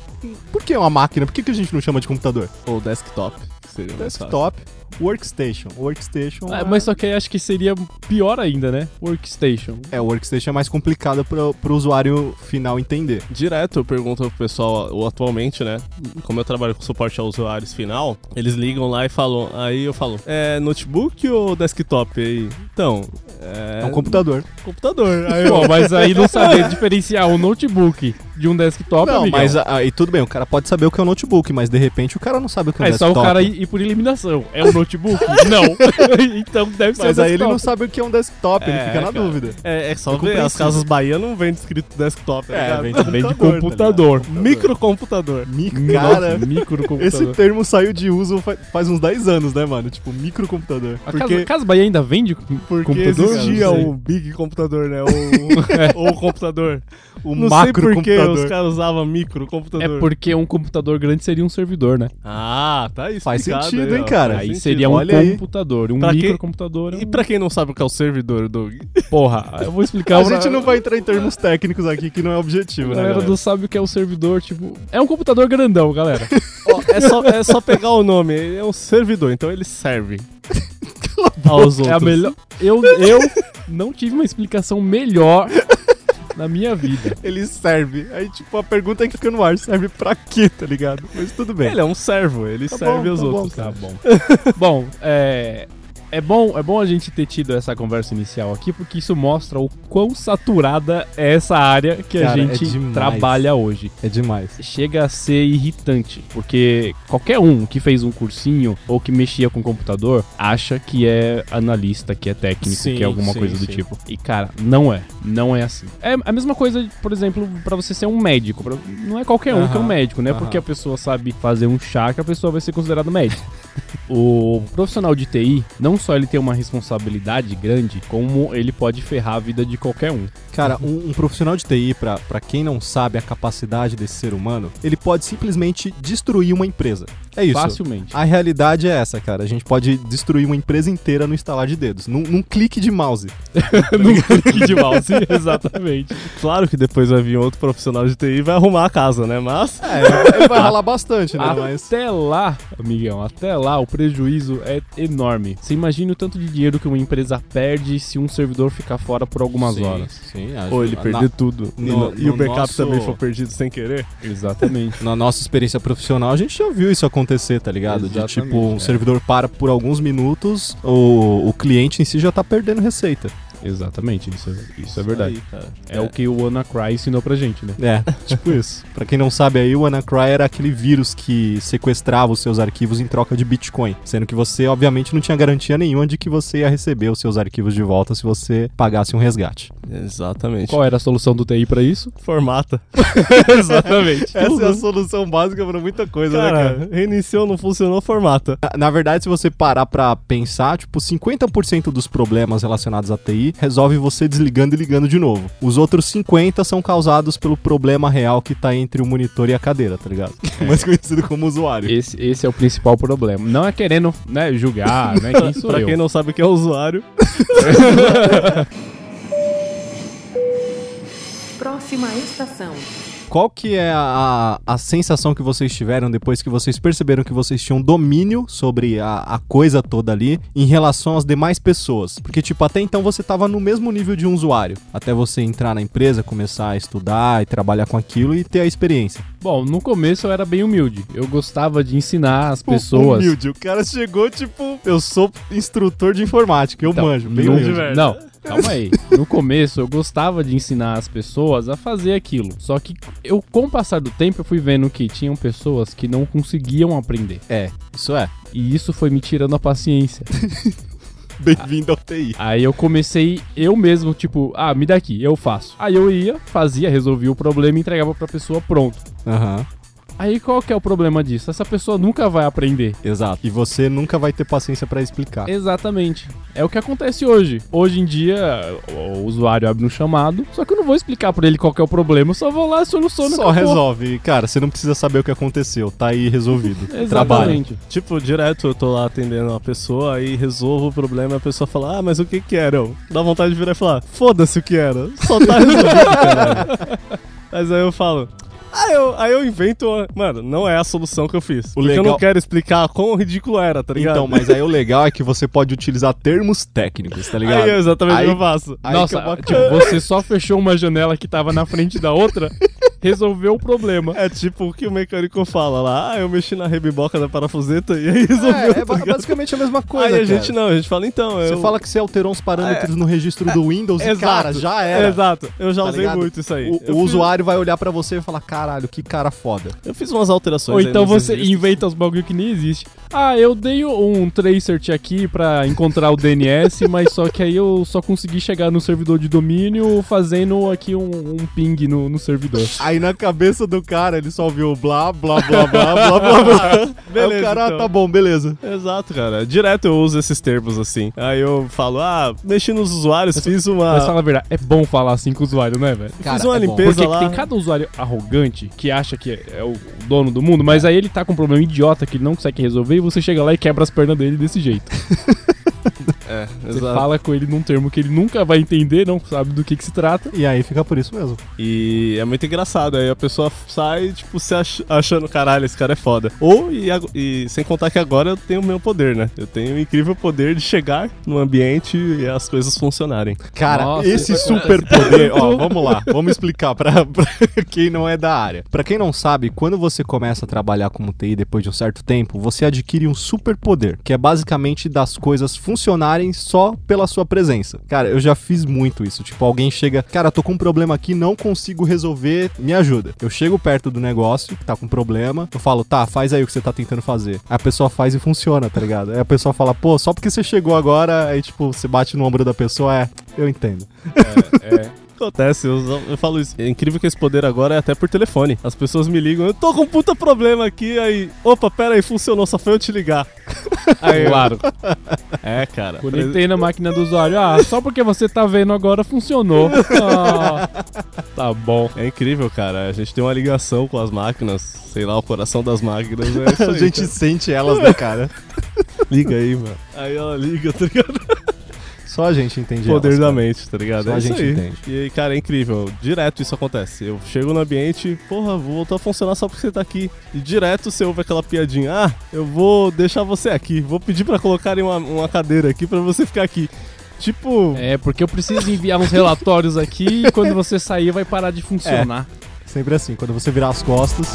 S4: por que é uma máquina? Por que, que a gente não chama de computador?
S3: Ou desktop.
S2: É
S3: Seria mais fácil.
S4: Desktop, workstation. Workstation.
S2: Ah, mas só que aí acho que seria pior ainda, né? Workstation.
S4: É, o workstation é mais complicado pro, pro usuário final entender.
S3: Direto eu pergunto pro pessoal, ou atualmente, né? Como eu trabalho com suporte a usuários final, eles ligam lá e falam. Aí eu falo, é notebook ou desktop? Aí, então, é,
S4: É um computador.
S3: computador. Aí eu,
S2: Pô, mas aí não saber diferenciar um notebook de um desktop,
S4: não,
S2: amigão.
S4: mas aí tudo bem, o cara pode saber o que é um notebook, mas de repente o cara não sabe o que é um
S2: É só
S4: desktop.
S2: o cara ir ir por eliminação. É um notebook? não. então deve ser
S4: Mas
S2: um
S4: aí ele
S2: desktop.
S4: não sabe o que é um desktop, ele
S3: É,
S4: fica na
S3: cara.
S4: dúvida.
S3: é, é só
S4: É
S3: ver, as
S4: compreensível.
S3: casas Bahia não vende escrito desktop, tá ligado?
S4: vem de- vem de
S3: Computador,
S2: computador.
S3: tá ligado? Microcomputador.
S4: Mi-
S2: Nossa,
S4: né? Cara, esse
S2: microcomputador.
S4: termo saiu de uso fa- faz uns 10 anos, né, mano? Tipo, microcomputador.
S2: A
S4: Porque-
S2: casa, casa Bahia ainda vende com-
S3: Porque
S2: computador?
S3: existia
S2: Eu
S3: um
S2: não sei.
S3: o Big Computador, né? Ou o computador.
S4: O
S3: não sei por que os caras usavam micro computador.
S2: É porque um computador grande seria um servidor, né?
S3: Ah, tá isso.
S4: Faz sentido, hein, cara?
S2: Aí
S4: sentido,
S2: seria um
S4: olha aí.
S2: computador. Um
S3: Pra quê?
S2: microcomputador. é um-
S3: E pra quem não sabe o que é o servidor, Doug?
S2: Porra,
S4: é,
S2: eu vou explicar.
S4: A
S2: pra-
S4: gente não vai entrar em termos técnicos aqui, que não é o objetivo,
S2: A
S4: né?
S2: galera
S4: galera?
S2: não sabe o que é o servidor, tipo... É um computador grandão, galera.
S3: Ó, é, só, é só pegar o nome, ele é um servidor, então ele serve. aos outros.
S2: É a melhor... Eu, eu não tive uma explicação melhor na minha vida.
S4: Ele serve. Aí, tipo, a pergunta é que fica no ar: serve pra quê, tá ligado? Mas tudo bem.
S3: Ele é um servo, ele
S4: Tá
S3: serve
S4: bom,
S3: aos
S4: tá bom,
S3: outros.
S2: Tá bom. bom, é... É bom, é bom a gente ter tido essa conversa inicial aqui, porque isso mostra o quão saturada é essa área que a
S4: Cara, é
S2: gente
S4: demais.
S2: trabalha hoje.
S4: É demais.
S2: chega a ser irritante, porque qualquer um que fez um cursinho ou que mexia com computador acha que é analista, que é técnico,
S3: Sim,
S2: que é alguma
S3: sim,
S2: coisa do
S3: sim.
S2: tipo. E cara, não é, não é assim. É a mesma coisa, por exemplo, pra você ser um médico, Pra- não é qualquer um que é um
S4: Aham,
S2: médico, né?
S4: aham.
S2: Porque a pessoa sabe fazer um chá que a pessoa vai ser considerada médico. O profissional de TI, não só ele tem uma responsabilidade grande, como ele pode ferrar a vida de qualquer um.
S4: Cara, um, um profissional de TI, pra, pra quem não sabe a capacidade desse ser humano, ele pode simplesmente destruir uma empresa. É isso.
S2: Facilmente.
S4: A realidade é essa, cara. A gente pode destruir uma empresa inteira no estalar de dedos, num, num clique de mouse.
S2: Num clique de mouse, exatamente.
S3: Claro que depois vai vir outro profissional de TI e vai arrumar a casa, né? Mas.
S4: É, ele vai ralar bastante, né? Mas.
S2: Até lá, amigão, até lá o prejuízo é enorme. Você imagina o tanto de dinheiro que uma empresa perde se um servidor ficar fora por algumas
S4: Sim,
S2: horas.
S4: Sim, acho.
S3: Ou ele
S4: É, Na-
S3: perder tudo.
S4: no-
S3: e o
S4: no
S3: backup
S4: nosso-
S3: também foi perdido sem querer.
S2: Exatamente.
S4: Na nossa experiência profissional, a gente já viu isso acontecer, tá ligado?
S2: Exatamente,
S4: de tipo, um
S2: é.
S4: servidor para por alguns minutos, o, o cliente em si já tá perdendo receita.
S2: Exatamente, isso, é- isso é verdade.
S3: Aí, cara.
S2: É, o que o Anacry ensinou pra gente, né?
S4: É, tipo isso. Pra quem não sabe aí, o WannaCry era aquele vírus que sequestrava os seus arquivos em troca de Bitcoin. Sendo que você, obviamente, não tinha garantia nenhuma de que você ia receber os seus arquivos de volta se você pagasse um resgate.
S3: Exatamente.
S2: Qual era a solução do TI pra isso?
S3: Formata.
S2: Exatamente.
S4: Essa é a solução básica pra muita coisa, né,
S3: Cara, reiniciou, não funcionou, formata.
S4: Na- Na verdade, se você parar pra pensar, tipo, 50% dos problemas relacionados à TI resolve você desligando e ligando de novo. Os outros 50 são causados pelo problema real que tá entre o monitor e a cadeira, tá ligado? Mais conhecido como usuário.
S2: Esse, esse é o principal problema. Não é querendo né, julgar, né? Quem sou
S3: pra
S2: eu?
S3: quem não sabe o que é usuário,
S1: Próxima estação.
S4: Qual que é a, a sensação que vocês tiveram depois que vocês perceberam que vocês tinham domínio sobre a, a coisa toda ali em relação às demais pessoas? Porque, tipo, até então você tava no mesmo nível de um usuário. Até você entrar na empresa, começar a estudar e trabalhar com aquilo e ter a experiência.
S2: Bom, no começo eu era bem humilde. Eu gostava de ensinar as pessoas.
S4: Humilde, o cara chegou, tipo, eu sou instrutor de informática, eu
S2: Então,
S4: manjo. Bem
S2: no-
S4: humilde.
S3: velho.
S2: Não, calma aí. No começo eu gostava de ensinar as pessoas a fazer aquilo. Só que eu, com o passar do tempo, eu fui vendo que tinham pessoas que não conseguiam aprender.
S4: É, isso é.
S2: E isso foi me tirando a paciência.
S4: Bem-vindo ao TI.
S2: Aí eu comecei eu mesmo, tipo, ah, me dá aqui, eu faço. Aí eu ia, fazia, resolvia o problema e entregava pra pessoa pronto.
S4: Aham.
S2: Aí qual que é o problema disso? Essa pessoa nunca vai aprender.
S4: Exato. E você nunca vai ter paciência pra explicar.
S2: Exatamente. É o que acontece hoje. Hoje em dia, o o usuário abre um chamado, só que eu não vou explicar pra ele qual que é o problema, eu só vou lá, soluciono e
S4: Só
S2: acabou.
S4: resolve. Cara, você não precisa saber o que aconteceu. Tá aí resolvido. Trabalho.
S2: Exatamente.
S3: Tipo, direto eu tô lá atendendo uma pessoa, aí resolvo o problema e a pessoa fala, ah, mas o que que era? Eu- Dá vontade de virar e falar, foda-se o que era, só tá resolvido, caralho." Mas aí eu falo, aí eu, aí eu invento, uma- mano, não é a solução que eu fiz. porque eu
S4: legal-
S3: não quero explicar quão ridículo era, tá ligado?
S4: Então, mas aí o legal é que você pode utilizar termos técnicos, tá ligado?
S3: Aí eu exatamente
S4: Aí-
S3: o que eu faço.
S4: Aí
S2: Nossa,
S4: que é bacana.
S2: tipo, você só fechou uma janela que tava na frente da outra, resolveu o problema.
S3: É tipo o que o mecânico fala lá, ah, eu mexi na rebimboca da parafuseta e aí resolveu.
S4: É,
S3: tá
S4: é ba- basicamente a mesma coisa.
S3: aí
S4: cara.
S3: a gente não, a gente fala, então,
S4: Você
S3: eu...
S4: fala que você alterou os parâmetros no registro do Windows e,
S3: Exato.
S4: cara, já era.
S3: Exato, eu já
S4: Tá
S3: usei
S4: ligado?
S3: muito isso aí.
S4: O,
S3: Eu
S4: o
S3: fiz-
S4: usuário vai olhar pra você e falar: caralho, que cara foda.
S3: Eu fiz umas alterações.
S2: Ou
S3: aí
S2: então
S3: nos
S2: você
S3: registros.
S2: inventa os bagulho que nem existe. Ah, eu dei um tracert aqui pra encontrar o DNS, mas só que aí eu só consegui chegar no servidor de domínio fazendo aqui um, um ping no, no servidor.
S4: Aí na cabeça do cara ele só viu blá, blá, blá, blá, blá, blá, blá. Aí o
S3: Beleza,
S4: cara,
S3: então.
S4: ah, tá bom, beleza.
S3: Exato, cara. Direto eu uso esses termos assim. Aí eu falo, ah, mexi nos usuários, fiz
S4: Ah.
S3: uma.
S2: Mas fala a verdade, é bom falar assim com o usuário, né, velho?
S4: Cara,
S3: fiz uma
S4: é bom.
S3: limpeza
S2: Porque
S3: lá.
S2: tem cada usuário arrogante que acha que é é o dono do mundo, mas aí ele tá com um problema idiota que ele não consegue resolver e você chega lá e quebra as pernas dele desse jeito.
S3: É,
S2: Você
S3: exato.
S2: fala com ele num termo que ele nunca vai entender, não sabe do que, que se trata.
S4: E aí fica por isso mesmo.
S3: E é muito engraçado. Aí a pessoa sai, tipo, se ach- achando, caralho, esse cara é foda. Ou, e, ag- e sem contar que agora eu tenho o meu poder, né? Eu tenho o incrível poder de chegar no ambiente e as coisas funcionarem.
S4: Cara,
S2: Nossa,
S4: esse
S2: isso acontece
S4: superpoder, ó, vamos lá, vamos explicar pra, pra quem não é da área. Pra quem não sabe, quando você começa a trabalhar como TI depois de um certo tempo, você adquire um superpoder, que é basicamente das coisas funcionarem só pela sua presença. Cara, eu já fiz muito isso, tipo, alguém chega, cara, tô com um problema aqui, não consigo resolver, me ajuda. Eu chego perto do negócio que tá com problema, eu falo, tá, faz aí o que você tá tentando fazer. Aí a pessoa faz e funciona, tá ligado? Aí a pessoa fala, pô, só porque você chegou agora, aí tipo, você bate no ombro da pessoa, é, eu entendo.
S3: Acontece, eu, uso- eu falo isso. É incrível que esse poder agora é até por telefone. As pessoas me ligam, eu tô com um puta problema aqui, aí. Opa, pera aí, funcionou, só foi eu te ligar. Aí, eu-
S2: Claro.
S3: É, cara.
S2: Conectei na máquina do usuário. Ah, só porque você tá vendo agora funcionou. Ah, tá bom.
S3: É incrível, cara. A gente tem uma ligação com as máquinas, sei lá, o coração das máquinas. É isso
S4: A
S3: aí,
S4: gente sente elas, né, cara?
S3: cara. liga aí, mano. Aí ela liga, tá ligado?
S4: Só a gente entende
S3: Poder
S4: elas,
S3: da
S4: cara.
S3: mente, tá ligado?
S4: Só
S3: é
S4: a
S3: isso
S4: gente
S3: aí.
S4: entende.
S3: E aí, cara, é incrível. Direto isso acontece. Eu chego no ambiente, porra, vou voltar a funcionar só porque você tá aqui. E direto você ouve aquela piadinha: ah, eu vou deixar você aqui, vou pedir pra colocarem uma, uma cadeira aqui pra você ficar aqui. Tipo,
S2: É, porque eu preciso enviar uns relatórios aqui e quando você sair vai parar de funcionar.
S4: Sempre assim, quando você virar as costas.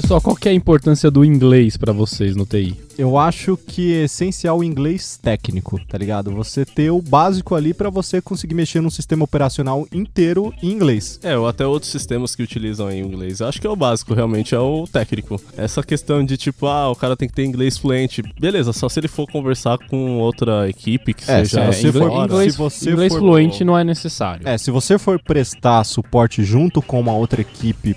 S2: Pessoal, qual que é a importância do inglês pra vocês no TI?
S4: Eu acho que é essencial o inglês técnico, tá ligado? Você ter o básico ali pra você conseguir mexer num sistema operacional inteiro em inglês.
S3: É, ou até outros sistemas que utilizam em inglês. Eu acho que é o básico, realmente, é o técnico. Essa questão de tipo, ah, o cara tem que ter inglês fluente. Beleza, só se ele for conversar com outra equipe que
S4: É,
S3: seja.
S4: se você for-
S3: fora.
S4: inglês-
S2: inglês,
S4: se você
S2: inglês
S4: for-
S2: fluente não é necessário.
S4: É, se você for prestar suporte junto com uma outra equipe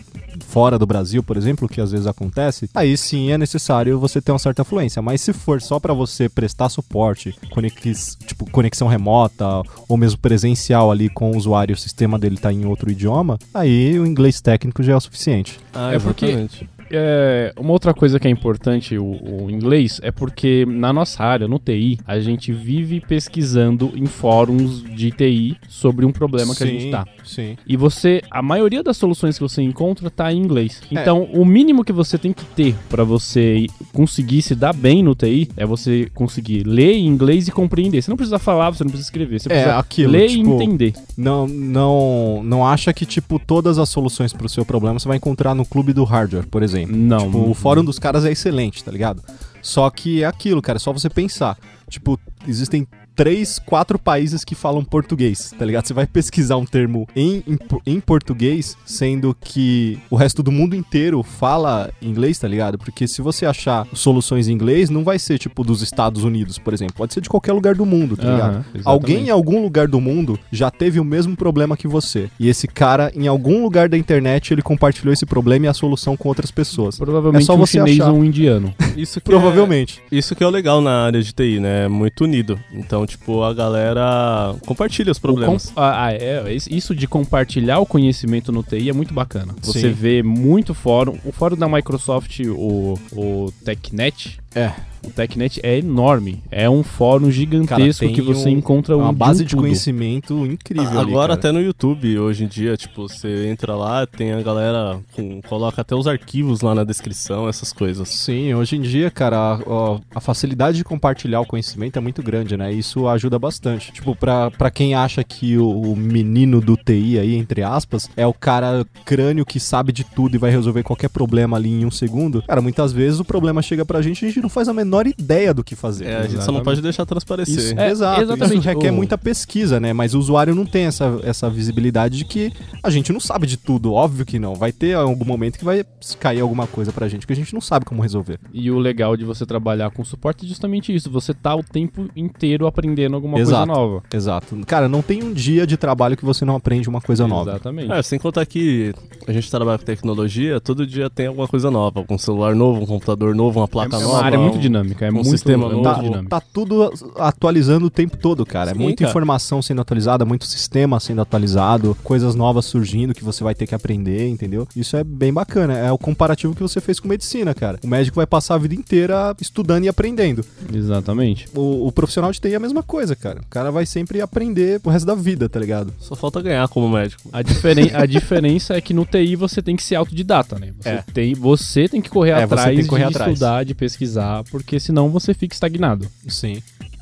S4: fora do Brasil, por exemplo, que às vezes acontece, aí sim é necessário você ter uma certa afluência. Mas se for só pra você prestar suporte, conex, tipo conexão remota ou mesmo presencial ali com o usuário, o sistema dele tá em outro idioma, aí o inglês técnico já é o suficiente.
S3: Ah,
S2: É porque-
S3: exatamente.
S2: É, uma outra coisa que é importante o, o inglês é porque na nossa área, no TI, a gente vive pesquisando em fóruns de TI sobre um problema que a gente tá.
S4: Sim.
S2: E você, a maioria das soluções que você encontra tá em inglês.
S4: É.
S2: Então, o mínimo que você tem que ter pra você conseguir se dar bem no TI é você conseguir ler em inglês e compreender. Você não precisa falar, você não precisa escrever, você
S4: É,
S2: precisa
S4: aquilo,
S2: ler
S4: tipo,
S2: e entender.
S4: Não, não, não acha que, tipo, todas as soluções pro seu problema você vai encontrar no clube do hardware, por exemplo.
S2: Não.
S4: Tipo, o fórum dos caras é excelente, tá ligado? Só que é aquilo, cara, é só você pensar. Tipo, existem três, quatro países que falam português, tá ligado? Você vai pesquisar um termo em, em, po- em português, sendo que o resto do mundo inteiro fala inglês, tá ligado? Porque se você achar soluções em inglês, não vai ser, tipo, dos Estados Unidos, por exemplo. Pode ser de qualquer lugar do mundo, tá
S2: Aham,
S4: ligado?
S2: exatamente.
S4: Alguém em algum lugar do mundo já teve o mesmo problema que você. E esse cara, em algum lugar da internet, ele compartilhou esse problema e a solução com outras pessoas.
S2: Provavelmente
S4: É só
S2: um
S4: você
S2: chinês
S4: achar.
S2: ou um indiano.
S3: Isso que é-
S4: Provavelmente.
S3: Isso que é o legal na área de TI, né? É Muito unido. Então, tipo, a galera compartilha os
S2: O
S3: problemas.
S2: com- ah, ah, é, es- isso de compartilhar o conhecimento no TI é muito bacana. Você
S4: Sim.
S2: vê muito fórum. O fórum da Microsoft, o, o TechNet.
S4: É.
S2: O TechNet é enorme. É um fórum gigantesco
S4: tem
S2: que você
S4: um-
S2: encontra
S4: É
S2: um
S4: uma
S2: de
S4: base
S2: um
S4: de
S2: tudo.
S4: conhecimento incrível. ali,
S3: Agora
S4: cara.
S3: até no YouTube, hoje em dia, tipo, você entra lá, tem a galera com- coloca até os arquivos lá na descrição, essas coisas.
S4: Sim, hoje em dia, cara, a, ó, a facilidade de compartilhar o conhecimento é muito grande, né? Isso ajuda bastante. Tipo, pra, pra quem acha que o, o menino do TI aí, entre aspas, é o cara crânio que sabe de tudo e vai resolver qualquer problema ali em um segundo, cara, muitas vezes o problema chega pra gente e a gente não faz a menor ideia do que fazer.
S3: É, a gente só não
S4: Exatamente.
S3: pode deixar transparecer.
S4: Isso,
S2: É,
S4: exato.
S2: exatamente.
S4: Isso
S3: Oh.
S4: requer
S2: O-
S4: muita pesquisa, né? Mas o usuário não tem essa, essa visibilidade de que a gente não sabe de tudo. Óbvio que não. Vai ter algum momento que vai cair alguma coisa pra gente que a gente não sabe como resolver.
S2: E o legal de você trabalhar com suporte é justamente isso. Você tá o tempo inteiro aprendendo alguma coisa
S4: Exato.
S2: nova.
S4: Exato. Cara, não tem um dia de trabalho que você não aprende uma coisa nova.
S2: Exatamente.
S3: É, sem contar que a gente trabalha com tecnologia, todo dia tem alguma coisa nova. Um celular novo, um computador novo, uma placa
S2: É uma
S3: nova.
S2: área muito
S3: um-
S2: dinâmica, é
S3: um
S2: muito,
S3: sistema
S2: é muito
S3: novo.
S2: dinâmica.
S4: Tá, tá tudo atualizando o tempo todo, cara. é
S3: Sim,
S4: muita
S3: cara.
S4: informação sendo atualizada, muito sistema sendo atualizado, coisas novas surgindo que você vai ter que aprender, entendeu? Isso é bem bacana. É o comparativo que você fez com medicina, cara. O médico vai passar a vida inteira estudando e aprendendo.
S2: Exatamente.
S4: O, o profissional de TI é a mesma coisa, cara. O cara vai sempre aprender pro resto da vida, tá ligado?
S3: Só falta ganhar como médico.
S2: A, diferen a diferença é que no TI você tem que ser autodidata, né? Você,
S4: É.
S2: tem, você tem que correr
S4: É, você
S2: atrás
S4: tem que correr
S2: de
S4: atrás.
S2: estudar, de pesquisar, porque senão você fica estagnado.
S4: Sim.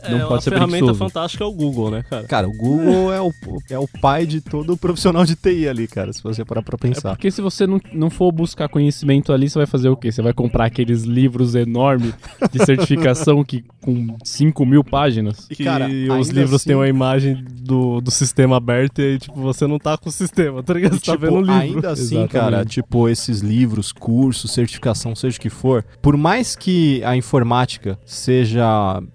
S2: Não
S3: é,
S2: pode ser
S3: uma ferramenta
S2: preguiçoso.
S3: fantástica é o Google, né, cara?
S4: Cara, o Google é o, é o pai de todo profissional de TI ali, cara, se você parar pra
S2: É
S4: pensar.
S2: porque se você não, não for buscar conhecimento ali, você vai fazer o quê? Você vai comprar aqueles livros enormes de certificação que com 5 mil páginas?
S3: Que
S4: Cara,
S3: os
S4: ainda
S3: livros têm
S4: assim-
S3: uma imagem do, do sistema aberto e aí, tipo, você não tá com o sistema, tá ligado?
S4: E, tipo,
S3: Você tá vendo o livro.
S4: Ainda assim,
S2: Exatamente.
S4: cara, tipo, esses livros, cursos, certificação, seja o que for, por mais que a informática seja,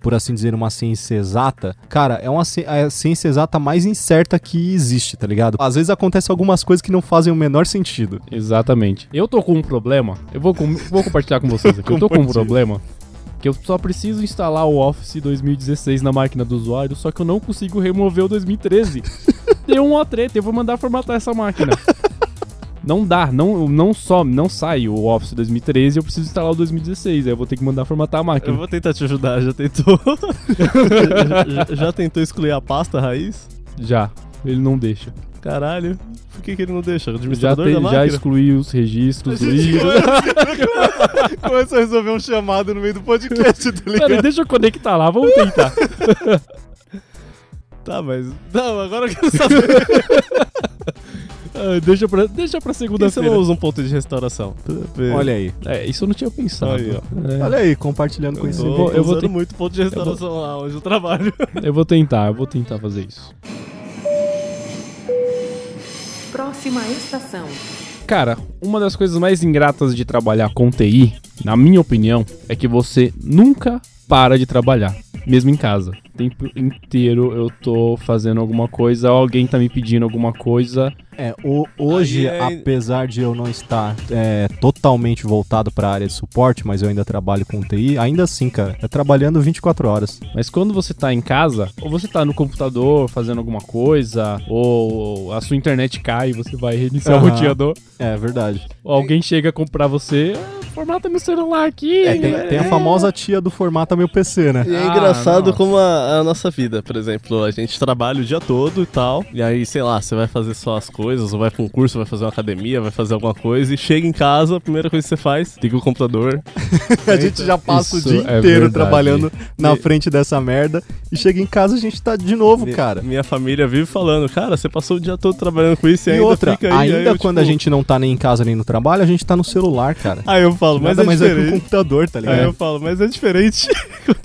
S4: por assim dizer, uma ciência exata, cara, é uma ci- a ciência exata mais incerta que existe, tá ligado? Às vezes acontecem algumas coisas que não fazem o menor sentido.
S2: Exatamente. Eu tô com um problema, eu vou, com- vou compartilhar com vocês aqui. Eu tô com um
S4: Compartilha.
S2: problema que eu só preciso instalar o Office 2016 na máquina do usuário, só que eu não consigo remover o 2013. Deu uma treta, eu vou mandar formatar essa máquina. Não dá, não, não só, não sai o Office 2013, eu preciso instalar o 2016, aí eu vou ter que mandar formatar a
S3: Eu
S2: máquina.
S3: vou tentar te ajudar, já tentou? já, já- já tentou excluir a pasta raiz?
S2: Já, ele não deixa.
S3: Caralho, por que, que ele não deixa? O
S2: Já,
S3: administrador
S2: te,
S3: da
S2: já
S3: máquina?
S2: excluí os registros do livro.
S4: Começa a resolver um chamado no meio do podcast, tá
S2: Peraí, deixa eu conectar lá, vamos tentar.
S3: Tá, mas... Não, agora eu quero saber.
S2: Ah, deixa pra, deixa pra
S3: Por que você
S2: segunda-feira.
S3: não usa um ponto de restauração?
S4: Olha aí.
S2: É, isso eu não tinha pensado.
S3: Aí, ó.
S2: É,
S4: Olha aí, compartilhando
S3: eu
S4: conhecimento.
S3: vou,
S2: eu vou
S3: usando
S2: ter-
S3: muito ponto de restauração lá onde eu trabalho.
S2: É, eu vou tentar, eu vou tentar fazer isso.
S1: Próxima estação.
S2: Cara, uma das coisas mais ingratas de trabalhar com TI, na minha opinião, é que você nunca para de trabalhar, mesmo em casa. tempo inteiro eu tô fazendo alguma coisa, alguém tá me pedindo alguma coisa.
S4: É, o- hoje,
S3: Aí é-
S4: apesar de eu não estar é, totalmente voltado para a área de suporte, mas eu ainda trabalho com TI, ainda assim, cara, é trabalhando 24 horas.
S2: Mas quando você tá em casa, ou você tá no computador fazendo alguma coisa, ou a sua internet cai e você vai reiniciar o
S4: Aham.
S2: roteador,
S4: É verdade.
S2: ou alguém chega a comprar você, "Ah, formata meu celular aqui. né?"
S4: É, tem, tem a famosa tia do formata meu PC, né?
S3: E é
S2: Ah,
S3: engraçado
S2: nossa.
S3: como a, a nossa vida, por exemplo, a gente trabalha o dia todo e tal, e aí, sei lá, você vai fazer só as coisas, ou vai pra um curso, vai fazer uma academia, vai fazer alguma coisa, e chega em casa, a primeira coisa que você faz, liga o computador.
S4: A gente já passa
S2: Isso
S4: o dia
S2: é
S4: inteiro
S2: verdade.
S4: trabalhando na frente dessa merda e chega em casa a gente tá de novo, cara.
S3: Minha família vive falando, cara, você passou o dia todo trabalhando com isso e,
S4: E
S3: ainda
S4: outra,
S3: fica aí. aí
S4: ainda
S3: eu,
S4: quando
S3: tipo,
S4: a gente não tá nem em casa nem no trabalho, a gente tá no celular, cara.
S3: Aí eu falo, mas
S4: Mas
S3: é
S4: mais é que o
S3: diferente.
S4: computador, tá
S3: Aí
S4: ligado?
S3: eu falo, mas é diferente.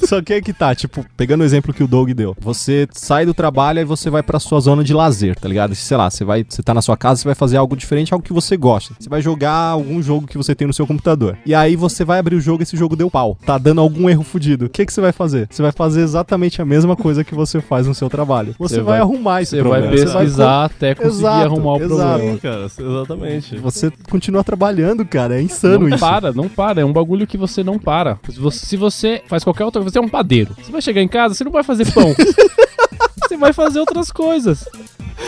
S4: Só que é que tá, tipo, pegando o exemplo que o Doug deu. Você sai do trabalho e você vai pra sua zona de lazer, tá ligado? Sei lá, você vai, você tá na sua casa, você vai fazer algo diferente, algo que você gosta. Você vai jogar algum jogo que você tem no seu computador. E aí você vai abrir o jogo, e esse jogo deu pau. Tá dando algum erro fudido. O que que você vai fazer? Você vai fazer exatamente a mesma coisa que você faz no seu trabalho.
S2: Você
S4: Você, vai,
S2: vai-
S4: arrumar esse
S2: Você vai
S4: problema.
S2: pesquisar até conseguir
S4: Exato,
S2: arrumar o
S4: exato.
S2: problema.
S3: Sim, cara, exatamente.
S4: Você continua trabalhando, cara. É insano
S2: não
S4: isso.
S2: para, não para. É um bagulho que você não para. Se você, se você faz qualquer outra coisa, você é um padeiro. Você vai chegar em casa, você não vai fazer pão. você vai fazer outras coisas.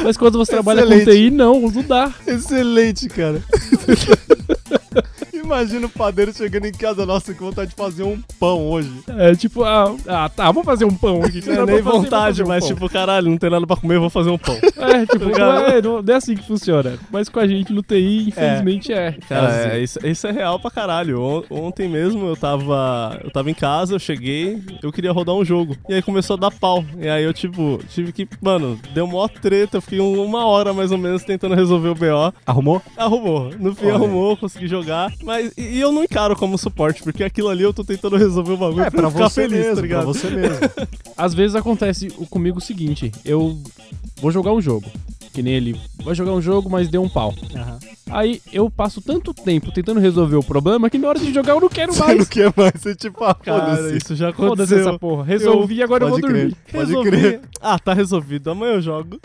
S2: Mas quando você trabalha com TI,
S4: Excelente.
S2: não, não dá.
S4: Excelente, cara. Imagina o padeiro chegando em casa, nossa, com vontade de fazer um pão hoje.
S2: É tipo, ah, ah, tá, vou fazer um pão aqui.
S3: Não é
S2: Vou
S3: nem
S2: fazer- vou
S3: vontade,
S2: fazer um
S3: mas
S2: pão.
S3: tipo, caralho, não tem nada pra comer, eu vou fazer um pão.
S2: É, tipo, não
S3: Cara.
S2: é, não- não é assim que funciona. Mas com a gente no TI, infelizmente é.
S3: Cara, é, isso, isso é real pra caralho. On- Ontem mesmo eu tava. Eu tava em casa, eu cheguei, eu queria rodar um jogo. E aí começou a dar pau. E aí eu, tipo, tive que. Mano, deu mó treta, eu fiquei um- uma hora mais ou menos tentando resolver o BO.
S4: Arrumou?
S3: Arrumou. No fim
S4: Olha.
S3: arrumou, consegui jogar. Mas. E, e eu não encaro como suporte, porque aquilo ali eu tô tentando resolver o bagulho
S4: É,
S3: pra,
S4: pra
S3: eu ficar
S4: você
S3: feliz,
S4: mesmo,
S3: tá
S4: pra
S3: ligado?
S4: você mesmo.
S2: Às vezes acontece o- comigo o seguinte: eu vou jogar um jogo. Que nem ele vai jogar um jogo, mas deu um pau. Aí eu passo tanto tempo tentando resolver o problema que na hora de jogar eu não quero
S4: Você não
S2: mais.
S4: quer mais, você tipo, ah,
S3: Cara,
S4: foda-se.
S3: isso já
S2: Foda-se essa
S3: aconteceu.
S2: porra. Resolvi, agora eu vou
S4: Pode crer,
S2: dormir.
S4: pode
S3: Resolvi.
S4: crer.
S3: Ah, tá resolvido. Amanhã eu jogo.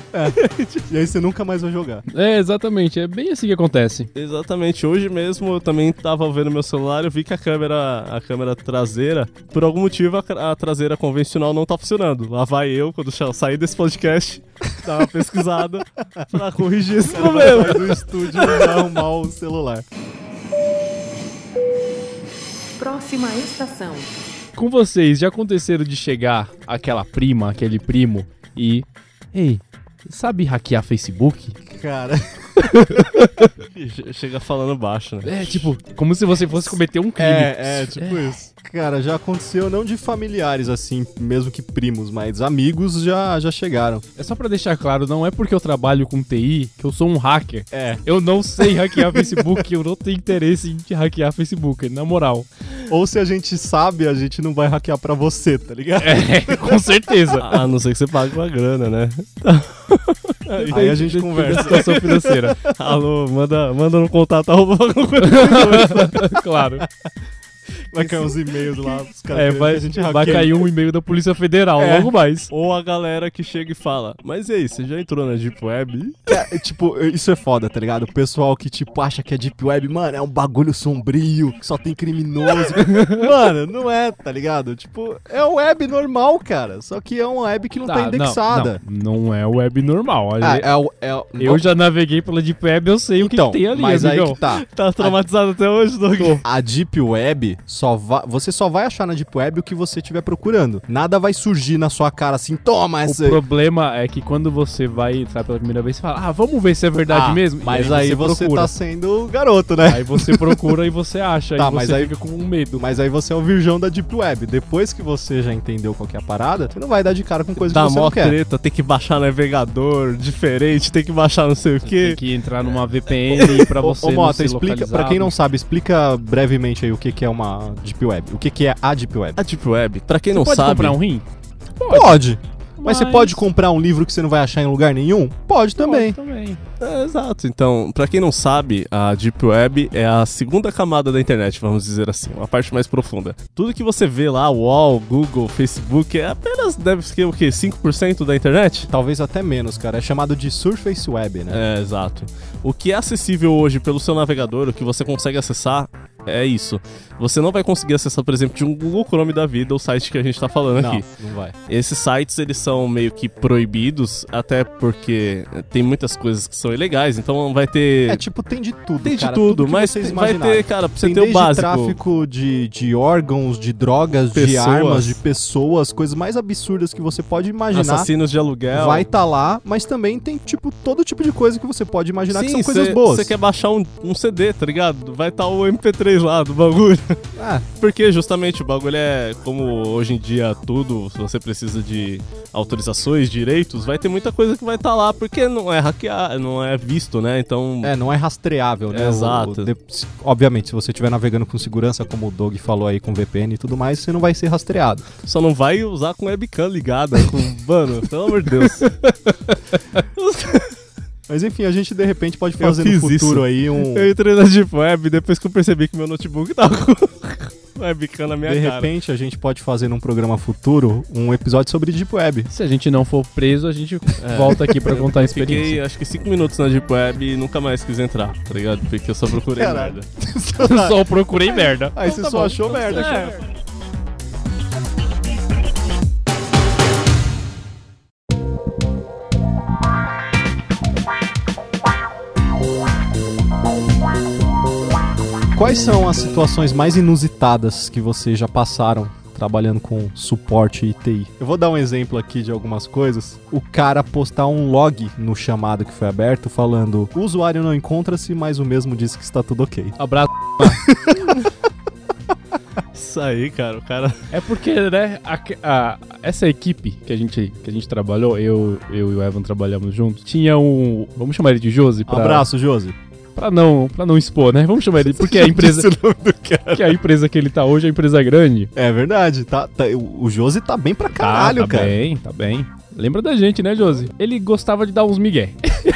S4: E aí você nunca mais vai jogar.
S2: É, exatamente. É bem assim que acontece.
S3: Exatamente, hoje mesmo eu também tava vendo meu celular, eu vi que a câmera, a câmera traseira, por algum motivo a, cra- a traseira convencional não tá funcionando. Lá vai eu, quando eu sair desse podcast, dar uma pesquisada pra corrigir esse problema.
S4: Sai do estúdio e vai arrumar o celular.
S1: Próxima estação.
S2: Com vocês, já aconteceram de chegar aquela prima, aquele primo e. Ei, sabe hackear Facebook?
S4: Cara,
S3: Che- Chega falando baixo, né?
S2: É, tipo, como se você fosse cometer um crime.
S3: É, é, tipo isso.
S4: cara, já aconteceu não de familiares assim, mesmo que primos, mas amigos já, já chegaram.
S2: É só pra deixar claro, não é porque eu trabalho com TI que eu sou um hacker.
S4: É.
S2: Eu não sei hackear Facebook, eu não tenho interesse em hackear Facebook, na moral.
S4: Ou se a gente sabe, a gente não vai hackear pra você, tá ligado?
S2: É, com certeza.
S3: A não ser que você pague uma grana, né?
S4: Aí a gente
S2: Da
S4: conversa.
S2: situação financeira,
S3: Alô, manda, manda no contato, arroba alguma coisa.
S2: claro.
S4: Vai cair uns e-mails lá, os caras
S2: É,
S4: querendo
S2: vai,
S4: que a gente
S2: vai
S4: hackeie.
S2: cair um e-mail da Polícia Federal
S4: É.
S2: logo mais.
S3: Ou a galera que chega e fala, mas e aí, você já entrou na Deep Web?
S4: É, é, tipo, isso é foda, tá ligado? O pessoal que, tipo, acha que a Deep Web, mano, é um bagulho sombrio, que só tem criminoso. mano, não é, tá ligado? Tipo, é uma web normal, cara. Só que é uma web que não tá indexada.
S2: Não, não, não é web normal.
S4: Ah, é, o- é, o-
S2: Ah, Eu já naveguei pela Deep Web, eu sei
S4: então,
S2: o que, que tem ali,
S4: mas aí
S2: amigão.
S4: que tá.
S3: Tá traumatizado até hoje, Doug?
S4: A Deep Web, só va- você só vai achar na Deep Web o que você estiver procurando. Nada vai surgir na sua cara assim, toma
S2: O
S4: essa.
S2: problema é que quando você vai entrar pela primeira vez, você fala, ah, vamos ver se é verdade
S4: Ah,
S2: mesmo. E
S4: Mas aí, você,
S2: procura.
S4: tá sendo garoto, né?
S2: Aí você procura e você acha,
S4: Tá,
S2: e você
S4: mas aí-
S2: fica com um medo.
S4: Mas aí você é o virgão da Deep Web. Depois que você já entendeu qual que é a parada, você não vai dar de cara com coisa
S3: Dá
S4: que você
S3: mó
S4: não quer.
S3: treta, tem que baixar navegador diferente, tem que baixar não sei o
S2: Tem
S3: quê.
S2: que entrar numa VPN pra
S4: Ô,
S2: você
S4: ô,
S2: não
S4: Mota,
S2: ser
S4: explica,
S2: localizado.
S4: pra quem não sabe, explica brevemente aí o que, que é uma Deep Web. O que, que é a Deep Web?
S3: A Deep Web, pra quem
S2: Você
S3: não
S2: pode
S3: sabe,
S2: comprar um rim?
S4: Pode. Mas, você pode comprar um livro que você não vai achar em lugar nenhum? Pode também.
S2: também.
S3: É, exato. Então, pra quem não sabe, a Deep Web é a segunda camada da internet, vamos dizer assim, uma parte mais profunda. Tudo que você vê lá, UOL, Google, Facebook, é apenas deve ser o quê? 5% da internet?
S4: Talvez até menos, cara. É chamado de Surface Web, né?
S3: É, exato. O que é acessível hoje pelo seu navegador, o que você consegue acessar, é isso. Você não vai conseguir acessar, por exemplo, de um Google Chrome da vida o site que a gente tá falando
S4: Não,
S3: aqui.
S4: não vai.
S3: Esses sites eles são meio que proibidos, até porque tem muitas coisas que são ilegais, então vai ter.
S4: É tipo, tem de tudo,
S3: tem de
S4: cara.
S3: tudo,
S4: que
S3: mas
S4: vocês
S3: vai
S4: imaginarem.
S3: ter, cara, pra você
S4: tem
S3: ter o
S4: desde
S3: básico.
S4: tráfico de, de órgãos, de drogas, de
S3: Pessoas.
S4: armas, de pessoas, coisas mais absurdas que você pode imaginar.
S3: Assassinos de aluguel.
S4: Vai estar tá lá, mas também tem, tipo, todo tipo de coisa que você pode imaginar que
S3: Sim,
S4: são coisas
S3: cê-
S4: boas.
S3: Você quer baixar um, um CD, tá ligado? Vai estar o MP3 lá do bagulho.
S4: Ah,
S3: Porque justamente o bagulho é como hoje em dia tudo, se você precisa de autorizações, direitos, vai ter muita coisa que vai estar lá, porque não é hackear, não é visto, né? Então,
S4: é, não é rastreável, né? O-
S3: Exato.
S4: o de- se- obviamente, se você estiver navegando com segurança, como o Doug falou aí, com VPN e tudo mais, você não vai ser rastreado.
S3: só não vai usar com webcam ligada, com mano, pelo amor de Deus.
S4: Mas enfim, a gente de repente pode
S3: Eu
S4: fazer no
S3: fiz
S4: futuro
S3: isso.
S4: aí um.
S3: Eu entrei na Deep Web depois que eu percebi que meu notebook tava com webcam na minha
S4: De
S3: cara.
S4: repente, a gente pode fazer num programa futuro um episódio sobre Deep Web.
S2: Se a gente não for preso, a gente volta aqui pra contar a
S3: Fiquei
S2: experiência.
S3: acho que 5 minutos na Deep Web e nunca mais quis entrar, tá ligado? Porque eu só procurei
S4: Caralho.
S3: merda.
S2: Só procurei merda.
S4: Aí tá Então você só achou merda, cara. Quais são as situações mais inusitadas que vocês já passaram trabalhando com suporte e TI? Eu vou dar um exemplo aqui de algumas coisas. O cara postar um log no chamado que foi aberto falando: "O usuário não encontra-se, mas o mesmo disse que está tudo OK".
S2: Abraço.
S3: Isso aí, cara, o cara.
S2: É porque, né, a, a- essa equipe que a gente, que a gente trabalhou, eu, eu e o Evan trabalhamos juntos, tinha um. Vamos chamar ele de Josi? Pra,
S4: Abraço, Josi.
S2: Pra não, pra não expor, né? Vamos chamar ele.
S4: É,
S2: Porque a empresa. que a empresa que ele tá hoje é a empresa grande.
S4: É verdade, tá, tá- o o Josi tá bem pra caralho,
S2: tá, tá
S4: cara.
S2: bem, tá bem. Lembra da gente, né, Josi? Ele gostava de dar uns migué.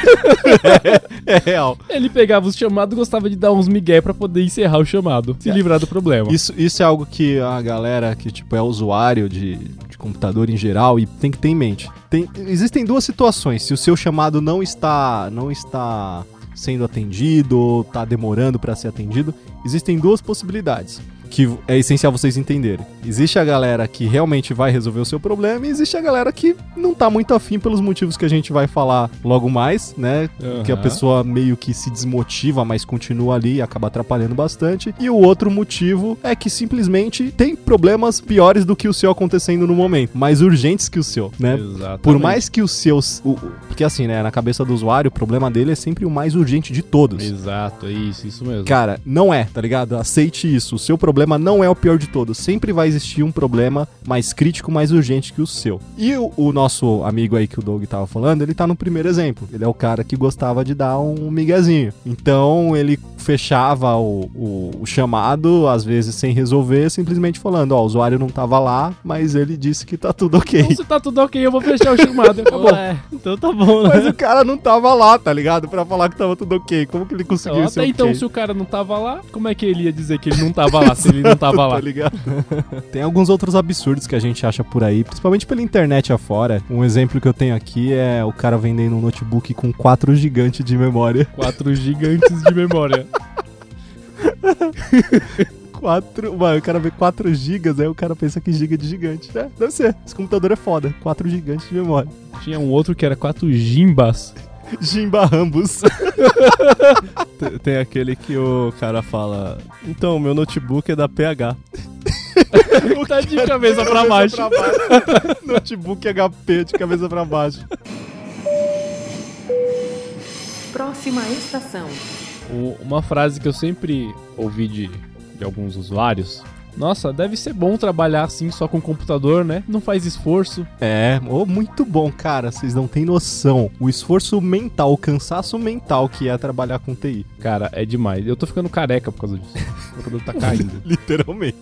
S4: É real.
S2: Ele pegava os chamados e gostava de dar uns migué pra poder encerrar o chamado,
S4: É.
S2: se livrar do problema.
S4: Isso, isso é algo que a galera que tipo é usuário de, de computador em geral e tem que ter em mente. Tem- existem duas situações. Se o seu chamado não está não está sendo atendido ou está demorando para ser atendido, existem duas possibilidades que é essencial vocês entenderem. Existe a galera que realmente vai resolver o seu problema e existe a galera que não tá muito afim pelos motivos que a gente vai falar logo mais, né? que a
S2: Aham.
S4: pessoa meio que se desmotiva, mas continua ali e acaba atrapalhando bastante. E o outro motivo é que simplesmente tem problemas piores do que o seu acontecendo no momento, mais urgentes que o seu, né?
S2: Exatamente.
S4: Por mais que os seus. o- o- porque assim, né? Na cabeça do usuário, o problema dele é sempre o mais urgente de todos.
S2: Exato, é isso, isso mesmo.
S4: Cara, não é, tá ligado? Aceite isso. O seu problema não é o pior de todos. Sempre vai existir um problema mais crítico, mais urgente que o seu. E o, o nosso amigo aí que o Doug tava falando, ele tá no primeiro exemplo. Ele é o cara que gostava de dar um miguezinho. Então ele fechava o, o- o chamado, às vezes sem resolver, simplesmente falando: Ó, o usuário não tava lá, mas ele disse que tá tudo ok.
S2: Então, se tá tudo ok, eu vou fechar o chamado. Acabou.
S3: Ué, então tá bom, né?
S4: Mas o cara não tava lá, tá ligado? Pra falar que tava tudo ok. Como que ele conseguiu
S2: Então,
S4: isso? é
S2: até então, se o cara não tava lá, como é que ele ia dizer que ele não tava lá, se ele não tava lá?
S4: Tá ligado? Tem alguns outros absurdos que a gente acha por aí, principalmente pela internet afora. Um exemplo que eu tenho aqui é o cara vendendo um notebook com 4 GB de memória.
S2: Quatro gigantes de memória.
S4: 4. Mano, o cara vê 4 GB, aí o cara pensa que giga de gigante. É, deve ser. Esse computador é foda. 4 GB de memória.
S2: Tinha um outro que era quatro gimbas.
S4: Jimba Rambus.
S3: Tem- Tem aquele que o cara fala: Então, meu notebook é da PH.
S2: tá de cabeça pra baixo.
S4: Pra baixo. notebook HP de cabeça pra baixo.
S1: Próxima estação.
S2: O- Uma frase que eu sempre ouvi de, de alguns usuários Nossa, deve ser bom trabalhar assim só com computador, né? Não faz esforço.
S4: É, ô, muito bom, cara. Vocês não têm noção. O esforço mental, o cansaço mental que é trabalhar com TI.
S2: Cara, é demais. Eu tô ficando careca por causa disso. Meu cabelo tá caindo.
S4: Literalmente.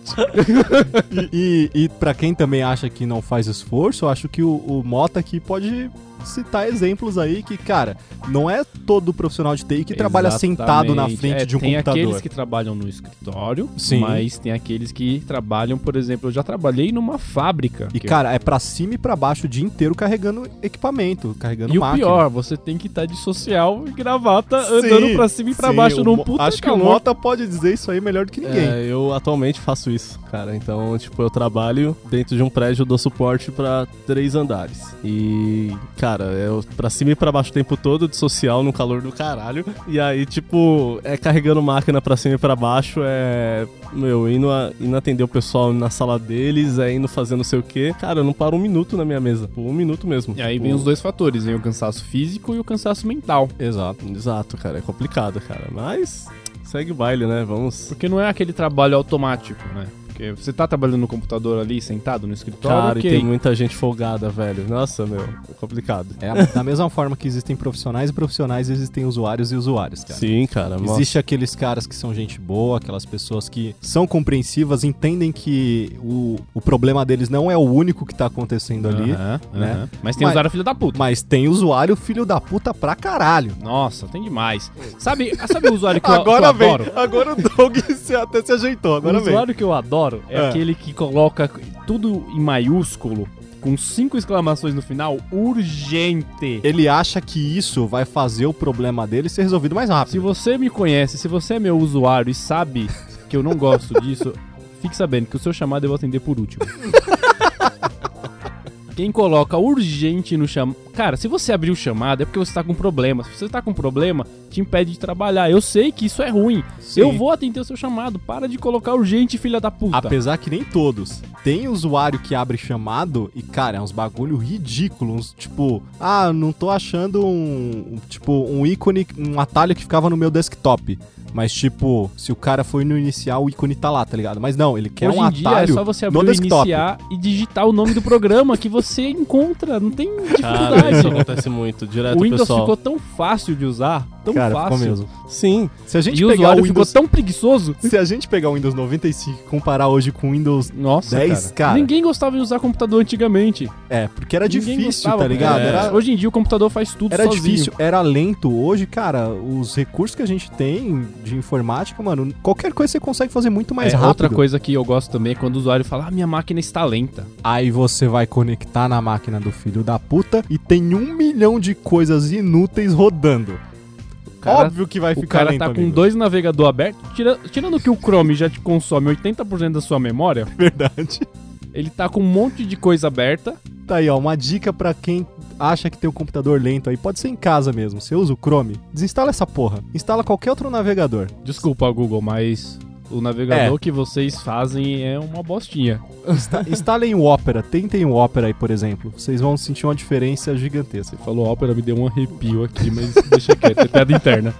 S4: e e, e para quem também acha que não faz esforço, eu acho que o, o Mota aqui pode citar exemplos aí que, cara, não é todo profissional de TI que trabalha
S2: Exatamente.
S4: sentado na frente
S2: É,
S4: de um
S2: tem
S4: computador.
S2: aqueles que trabalham no escritório,
S4: Sim.
S2: mas tem aqueles que trabalham, por exemplo, eu já trabalhei numa fábrica.
S4: E,
S2: que-
S4: cara, é pra cima e pra baixo o dia inteiro carregando equipamento, carregando
S2: é e o
S4: máquina.
S2: pior, você tem que estar de social e gravata
S4: Sim,
S2: andando pra cima e pra
S4: sim,
S2: baixo
S4: o
S2: num
S4: Mo-
S2: puta
S4: Acho que o
S2: calor.
S4: Mota pode dizer isso aí melhor do que ninguém.
S3: É, eu atualmente faço isso, cara. Então, tipo, eu trabalho dentro de um prédio, eu dou suporte pra três andares. E, cara, eu pra cima e pra baixo o tempo todo, de social, no calor do caralho. E aí, tipo, é carregando máquina pra cima e pra baixo, é. Meu, indo, a- indo atender o pessoal na sala deles, é indo fazer não sei o quê. Cara, eu não paro um minuto na minha mesa. Tipo, um minuto mesmo.
S2: E aí
S3: Tipo,
S2: vem os dois fatores, vem o cansaço físico e o cansaço mental.
S4: Exato.
S3: Exato, cara. É complicado, cara. Mas. Segue o baile, né? Vamos.
S2: Porque não é aquele trabalho automático, né? Porque você tá trabalhando no computador ali, sentado no escritório,
S3: Cara,
S2: ok.
S3: e
S4: um
S3: tem muita gente folgada, velho. Nossa, meu, é complicado.
S4: É, da mesma forma que existem profissionais e profissionais, existem usuários e usuários, cara.
S3: Sim, cara. nossa.
S4: Existe aqueles caras que são gente boa, aquelas pessoas que são compreensivas, entendem que o, o problema deles não é o único que tá acontecendo ali,
S2: Aham,
S4: né?
S2: aham. Mas tem
S4: Mas-
S2: usuário filho da puta.
S4: mas tem usuário filho da puta pra caralho.
S2: Nossa, tem demais. Sabe, sabe o usuário É que eu, que eu adoro?
S4: agora o Doug se- até se ajeitou,
S2: O um usuário que eu adoro é,
S4: É.
S2: aquele que coloca tudo em maiúsculo, com cinco exclamações no final, urgente.
S4: Ele acha que isso vai fazer o problema dele ser resolvido mais rápido.
S2: Se você me conhece, se você é meu usuário e sabe que eu não gosto disso, fique sabendo que o seu chamado eu vou atender por último. Quem coloca urgente no chamado. Cara, se você abrir o chamado é porque você tá com problema. Se você tá com problema, te impede de trabalhar. Eu sei que isso é ruim.
S4: Sim.
S2: Eu vou atender o seu chamado. Para de colocar urgente, filha da puta.
S4: Apesar que nem todos. Tem usuário que abre chamado e, cara, é uns bagulho ridículo. Uns, tipo, ah, não tô achando um. um, Tipo, um ícone, um atalho que ficava no meu desktop. Mas, tipo, se o cara foi no inicial, o ícone tá lá, tá ligado? Mas não, ele quer
S2: Hoje
S4: um
S2: em
S4: atalho.
S2: dia é só você abrir
S4: no
S2: o
S4: desktop.
S2: iniciar e digitar o nome do programa que você encontra. Não tem
S3: Cara, isso
S2: dificuldade.
S3: acontece muito, direto,
S2: o Windows
S3: pessoal.
S2: ficou tão fácil de usar, tão
S4: Cara, ficou
S2: fácil.
S4: mesmo.
S3: Sim,
S4: Se a gente
S2: E o
S4: pegar
S2: usuário
S4: o Windows.
S2: ficou tão preguiçoso.
S4: Se a gente pegar o Windows 95 e comparar hoje com o Windows.
S2: Nossa,
S4: 10, cara.
S2: Ninguém gostava de usar computador antigamente.
S4: É, porque era
S2: Ninguém
S4: difícil,
S2: gostava,
S4: tá
S2: cara.
S4: ligado?
S3: É.
S4: Era,
S2: Hoje em dia o computador faz tudo
S4: Era
S2: sozinho.
S4: difícil, era lento. Hoje, cara, os recursos que a gente tem de informática, mano, qualquer coisa você consegue fazer muito
S2: É,
S4: mais rápido.
S2: outra coisa que eu gosto também é quando o usuário fala: ah, minha máquina está lenta.
S4: Aí você vai conectar na máquina do filho da puta e tem um milhão de coisas inúteis rodando.
S2: cara-
S4: Óbvio que vai
S2: o
S4: ficar
S2: cara
S4: lento,
S2: tá com
S4: amigo.
S2: dois navegadores abertos. tira- tirando que o Chrome já te consome 80% da sua memória,
S4: Verdade.
S2: ele tá com um monte de coisa aberta.
S4: Tá aí, ó, uma dica pra quem acha que tem o computador lento aí. Pode ser em casa mesmo. Você usa o Chrome, desinstala essa porra. Instala qualquer outro navegador.
S2: Desculpa, Google, mas o
S4: É.
S2: navegador que vocês fazem é uma bostinha.
S4: Insta- Tá? Instalem o Opera, tentem o Opera aí, por exemplo. Vocês vão sentir uma diferença gigantesca.
S2: Falou ópera, me deu um arrepio aqui, mas deixa quieto, é piada interna.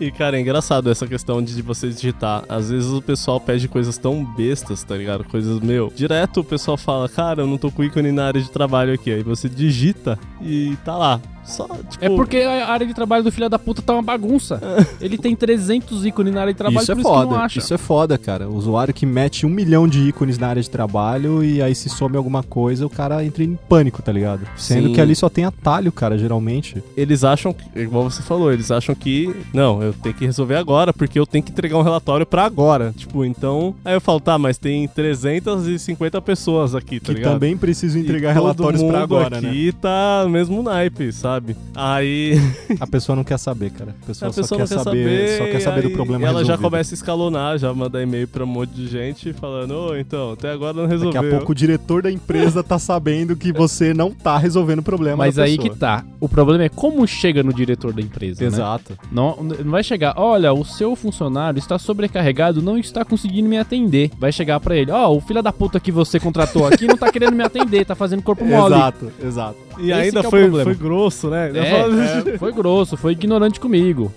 S3: e cara, é engraçado essa questão de você digitar. Às vezes o pessoal pede coisas tão bestas, tá ligado? Coisas, meu. Direto o pessoal fala, cara, eu não tô com ícone na área de trabalho aqui. Aí você digita e tá lá. Só, tipo.
S2: É porque a área de trabalho do filho da puta tá uma bagunça. Ele tem 300 ícones na área de trabalho,
S4: isso é
S2: por
S4: foda,
S2: isso que não acha.
S4: isso é foda, cara. O usuário que mete um milhão de ícones na área de trabalho e aí se some alguma coisa, o cara entra em pânico, tá ligado? Sendo
S3: Sim. Tá
S4: que ali só tem atalho, cara, geralmente.
S3: eles acham, que- igual você falou, eles acham que, não, eu tenho que resolver agora, porque eu tenho que entregar um relatório pra agora. Tipo, então, aí eu falo, tá, mas tem 350 pessoas aqui, tá
S4: que
S3: ligado?
S4: também precisam entregar
S3: E todo
S4: relatórios pra
S3: mundo
S4: agora, né?
S3: aqui tá no mesmo naipe, sabe? Aí
S4: A pessoa não quer saber, cara. A pessoa,
S3: a pessoa
S4: só quer
S3: não
S4: saber,
S3: quer saber,
S4: só quer saber do
S3: aí
S4: problema
S3: Ela já
S4: resolvido.
S3: começa a escalonar, já manda e-mail pra um monte de gente falando, ô, então, até agora não resolveu.
S4: Daqui a pouco o diretor da empresa tá sabendo que você não tá resolvendo o problema
S2: Mas
S4: da
S2: aí
S4: pessoa. né?
S2: que tá. O problema é como chega no diretor da
S3: tá,
S2: empresa. né?
S4: Exato.
S2: Não, não vai chegar, olha, o seu funcionário está sobrecarregado, não está conseguindo me atender. Vai chegar pra ele, ó, o filho da puta que você contratou aqui não tá querendo me atender, tá fazendo corpo mole.
S4: Exato, exato.
S3: E
S2: Esse
S3: ainda
S2: que é o
S3: foi,
S2: problema.
S3: foi grosso, né? Eu falo-
S2: É, é, foi grosso, foi ignorante comigo.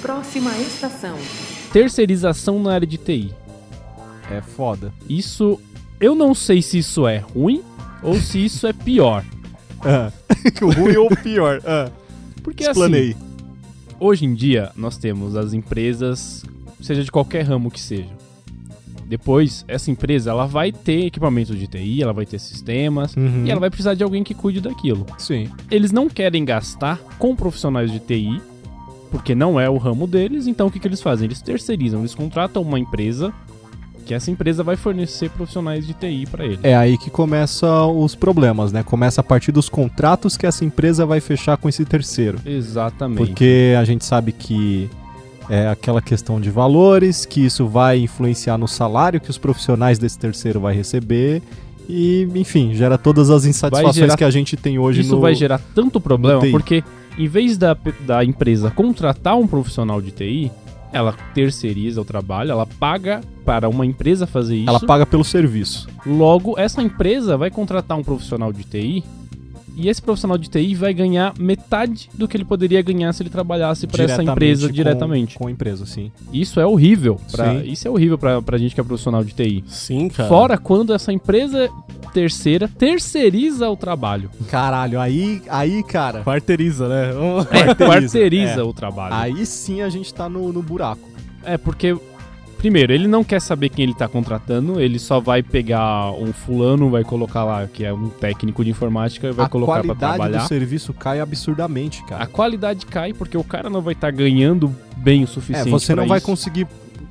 S1: Próxima estação.
S2: Terceirização na área de TI.
S4: É foda.
S2: Isso. Eu não sei se isso é ruim ou se isso é pior.
S4: o ruim ou o pior. Ah,
S2: Porque assim,
S4: explanei.
S2: hoje em dia nós temos as empresas, seja de qualquer ramo que seja. Depois, essa empresa ela vai ter equipamentos de TI, ela vai ter sistemas
S4: Uhum.
S2: e ela vai precisar de alguém que cuide daquilo.
S4: Sim.
S2: Eles não querem gastar com profissionais de TI, porque não é o ramo deles, então o que, que eles fazem? Eles terceirizam, eles contratam uma empresa que essa empresa vai fornecer profissionais de TI para eles.
S4: É aí que começam os problemas, né? Começa a partir dos contratos que essa empresa vai fechar com esse terceiro.
S2: Exatamente.
S4: Porque a gente sabe que é aquela questão de valores, que isso vai influenciar no salário que os profissionais desse terceiro vai receber e, enfim, gera todas as insatisfações
S2: gerar-
S4: que a gente tem hoje
S2: Isso
S4: no
S2: vai gerar tanto problema,
S4: TI.
S2: porque em vez da, pe- da empresa contratar um profissional de TI, ela terceiriza o trabalho, ela paga para uma empresa fazer isso.
S4: Ela paga pelo serviço.
S2: Logo, essa empresa vai contratar um profissional de TI e esse profissional de TI vai ganhar metade do que ele poderia ganhar se ele trabalhasse para essa empresa
S4: com-
S2: diretamente.
S4: Com a empresa, sim.
S2: Isso é horrível. pra-
S4: Sim.
S2: isso é horrível pra, pra gente que é profissional de TI.
S3: Sim, cara.
S2: Fora quando essa empresa terceira terceiriza o trabalho.
S4: Caralho, aí, aí, cara,
S3: Quarteiriza, né? Vamos-
S2: Quarteiriza,
S4: é.
S2: o trabalho.
S4: aí sim a gente tá no, no buraco.
S2: É, porque. Primeiro, ele não quer saber quem ele tá contratando, ele só vai pegar um fulano, vai colocar lá, que é um técnico de informática, e vai
S4: a
S2: colocar pra
S4: qualidade
S2: trabalhar.
S4: do serviço cai absurdamente, cara.
S2: A qualidade cai porque o cara não vai estar ganhando bem o
S4: É,
S2: suficiente.
S4: você
S2: pra
S4: não vai
S2: isso.
S4: conseguir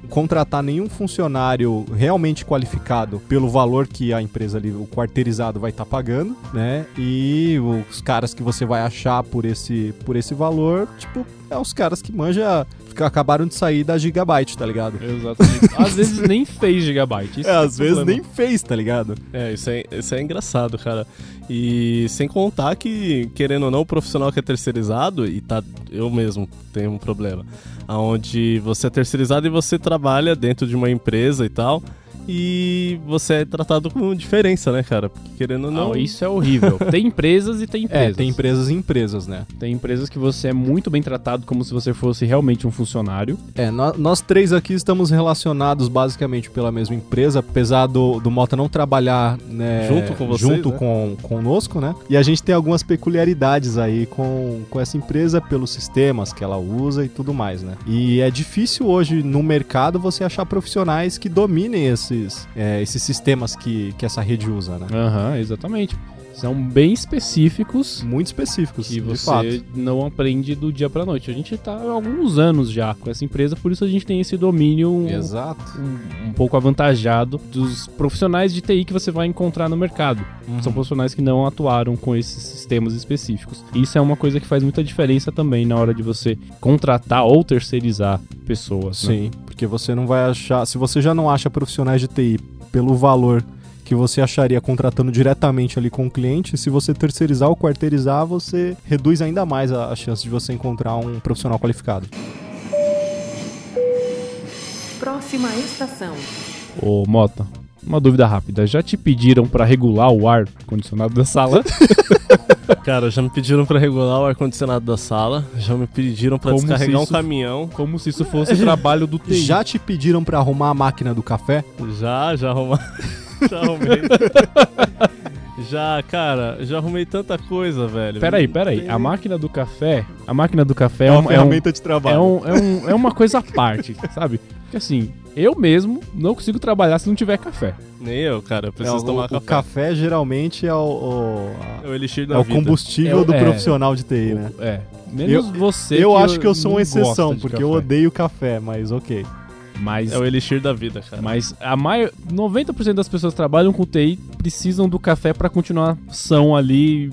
S4: contratar nenhum funcionário realmente qualificado pelo valor que a empresa ali, o quarteirizado vai estar pagando, né? E os caras que você vai achar por esse, por esse valor, tipo, é os caras que manja que acabaram de sair da Gigabyte, tá ligado?
S2: Exatamente. Às vezes nem fez gigabyte. Isso
S4: É,
S2: que
S4: às
S2: o
S4: vezes
S2: problema.
S4: nem fez, tá ligado?
S3: É, isso é, isso é engraçado, cara. E sem contar que, querendo ou não, o profissional que é terceirizado, e tá. Eu mesmo tenho um problema. Onde você é terceirizado e você trabalha dentro de uma empresa e tal. E você é tratado com diferença, né, cara? Porque querendo ou não.
S2: Não, isso é horrível. Tem empresas e tem
S4: É,
S2: empresas.
S4: tem empresas e empresas, né?
S2: Tem empresas que você é muito bem tratado como se você fosse realmente um funcionário.
S4: É, nó- nós, três aqui estamos relacionados basicamente pela mesma empresa, apesar do, do Mota não trabalhar né,
S3: Junto com vocês,
S4: junto
S3: né?
S4: com- conosco, né? E a gente tem algumas peculiaridades aí com, com essa empresa, pelos sistemas que ela usa e tudo mais, né? E é difícil hoje no mercado você achar profissionais que dominem esses, é, esses sistemas que, que essa rede usa, né?
S2: Aham, exatamente. São bem específicos
S4: Muito específicos,
S2: que
S4: de
S2: você
S4: fato.
S2: não aprende do dia pra noite. A gente tá há alguns anos já com essa empresa, por isso a gente tem esse domínio um-
S4: Exato.
S2: um, um pouco avantajado dos profissionais de TI que você vai encontrar no mercado.
S4: Uhum.
S2: São profissionais que não atuaram com esses sistemas específicos. Isso é uma coisa que faz muita diferença também na hora de você contratar ou terceirizar pessoas. né?
S4: Sim, porque você não vai achar. Se você já não acha profissionais de TI pelo valor que você acharia contratando diretamente ali com o cliente, se você terceirizar ou quarteirizar, você reduz ainda mais a, a chance de você encontrar um profissional qualificado.
S1: Próxima estação.
S2: Ô, Mota, uma dúvida rápida. Já te pediram pra regular o ar condicionado da sala?
S3: Cara, já me pediram pra regular o ar-condicionado da sala. Já me pediram pra
S2: Como
S3: descarregar
S2: se
S3: um
S2: isso-
S3: caminhão.
S2: Como se isso fosse trabalho do TI.
S4: Já te pediram pra arrumar a máquina do café?
S3: Já, já arruma... já arrumei. já, cara, já arrumei tanta coisa, velho.
S2: Peraí, peraí. A máquina do café. A máquina do café é,
S4: uma
S2: um- é um,
S4: de trabalho.
S2: É, um- é um- é uma coisa à parte, sabe? Porque assim, eu mesmo não consigo trabalhar se não tiver café.
S3: Nem eu, cara, eu preciso
S4: o,
S3: tomar
S4: É, o
S3: café.
S4: geralmente é o, o-
S3: É o elixir
S4: a-
S3: da
S4: é o
S3: vida.
S4: combustível
S2: É o-
S4: do
S2: é.
S4: profissional de TI, né?
S2: É. Menos você.
S4: Eu acho que eu sou
S2: não
S4: uma
S2: gosta
S4: exceção,
S2: de
S4: porque
S2: café.
S4: eu odeio café, mas ok.
S2: Mas,
S3: É o elixir da vida, cara.
S2: mas a maior. 90% das pessoas que trabalham com TI precisam do café pra continuar são ali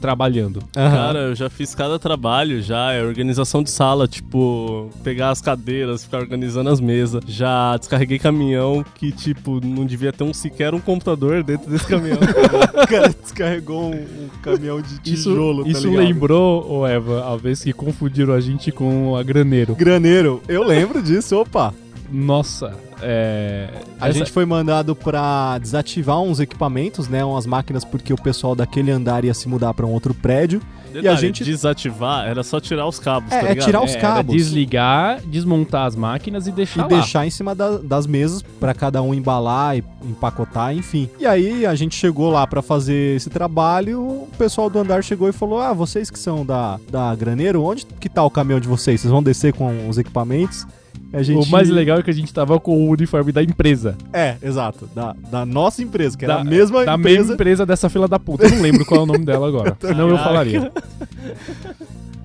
S2: trabalhando.
S3: Cara, eu já fiz cada trabalho, já é organização de sala, tipo, pegar as cadeiras, ficar organizando as mesas. Já descarreguei caminhão que, tipo, não devia ter um, sequer um computador dentro desse caminhão.
S4: O cara descarregou um, um caminhão de tijolo, tá
S2: isso
S4: ligado?
S2: lembrou, ô Eva, a vez que confundiram a gente com a Graneiro.
S4: Graneiro, eu lembro disso, opa.
S2: Nossa, é,
S4: A
S2: essa-
S4: gente foi mandado pra desativar uns equipamentos, né? Umas máquinas, porque o pessoal daquele andar ia se mudar pra um outro prédio. e a
S3: Detalhe,
S4: gente.
S3: Desativar era só tirar os cabos,
S4: É,
S3: tá
S4: é
S3: ligado?
S4: tirar os
S2: era
S4: cabos.
S2: desligar, desmontar as máquinas e
S4: E
S2: deixar Tá lá.
S4: deixar em cima da- das mesas pra cada um embalar e empacotar, enfim. E aí a gente chegou lá pra fazer esse trabalho, o pessoal do andar chegou e falou: Ah, vocês que são da, da Graneiro, onde que tá o caminhão de vocês? Vocês vão descer com os equipamentos? E A gente...
S2: O mais legal é que a gente tava com o uniforme da empresa.
S4: É, exato. Da, da nossa empresa, que era
S2: da,
S4: a mesma
S2: da mesma
S4: empresa.
S2: empresa dessa fila da puta. Eu não lembro qual é o nome dela agora. Senão eu
S3: Caraca.
S2: falaria.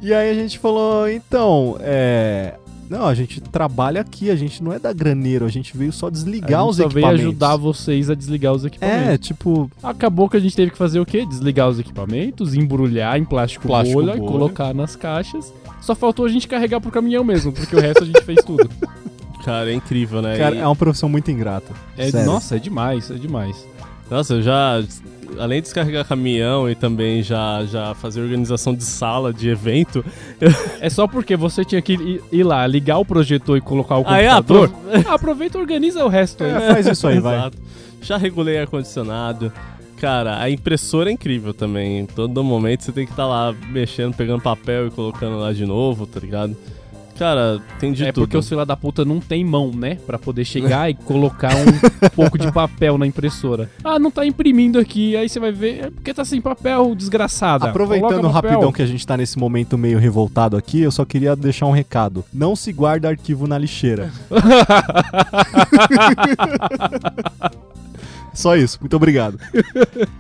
S4: E aí a gente falou, então, é. Não, a gente trabalha aqui, a gente não é da graneiro, a gente veio só desligar
S2: a gente
S4: os
S2: só veio
S4: equipamentos.
S2: ajudar vocês a desligar os equipamentos.
S4: É, tipo,
S2: Acabou que a gente teve que fazer o quê? Desligar os equipamentos, embrulhar em plástico,
S4: Plástico
S2: bolha,
S4: bolha.
S2: colocar nas caixas. Só faltou a gente carregar pro caminhão mesmo, porque o resto a gente fez tudo.
S3: Cara, é incrível, né?
S4: cara,
S3: E-
S4: é uma profissão muito ingrata.
S2: É,
S4: sério.
S2: nossa, é demais, é demais.
S3: Nossa, eu já. Além de descarregar caminhão e também já, já fazer organização de sala, de evento.
S2: É só porque você tinha que ir, ir lá, ligar o projetor e colocar o
S3: Aí, ah,
S2: computador. Aproveita e organiza o resto aí.
S4: É, faz isso aí, vai.
S3: Exato. Já regulei ar-condicionado. Cara, a impressora é incrível também. Em todo momento você tem que estar lá mexendo, pegando papel e colocando lá de novo, tá ligado? Cara, tem de
S2: é
S3: tudo.
S2: porque os filha da puta não tem mão, né? Pra poder chegar e colocar um pouco de papel na impressora. Ah, não tá imprimindo aqui. Aí você vai ver, é porque tá sem papel, desgraçada.
S4: Aproveitando
S2: Coloca papel.
S4: rapidão que a gente tá nesse momento meio revoltado aqui, eu só queria deixar um recado. Não se guarda arquivo na lixeira. Só isso, muito obrigado.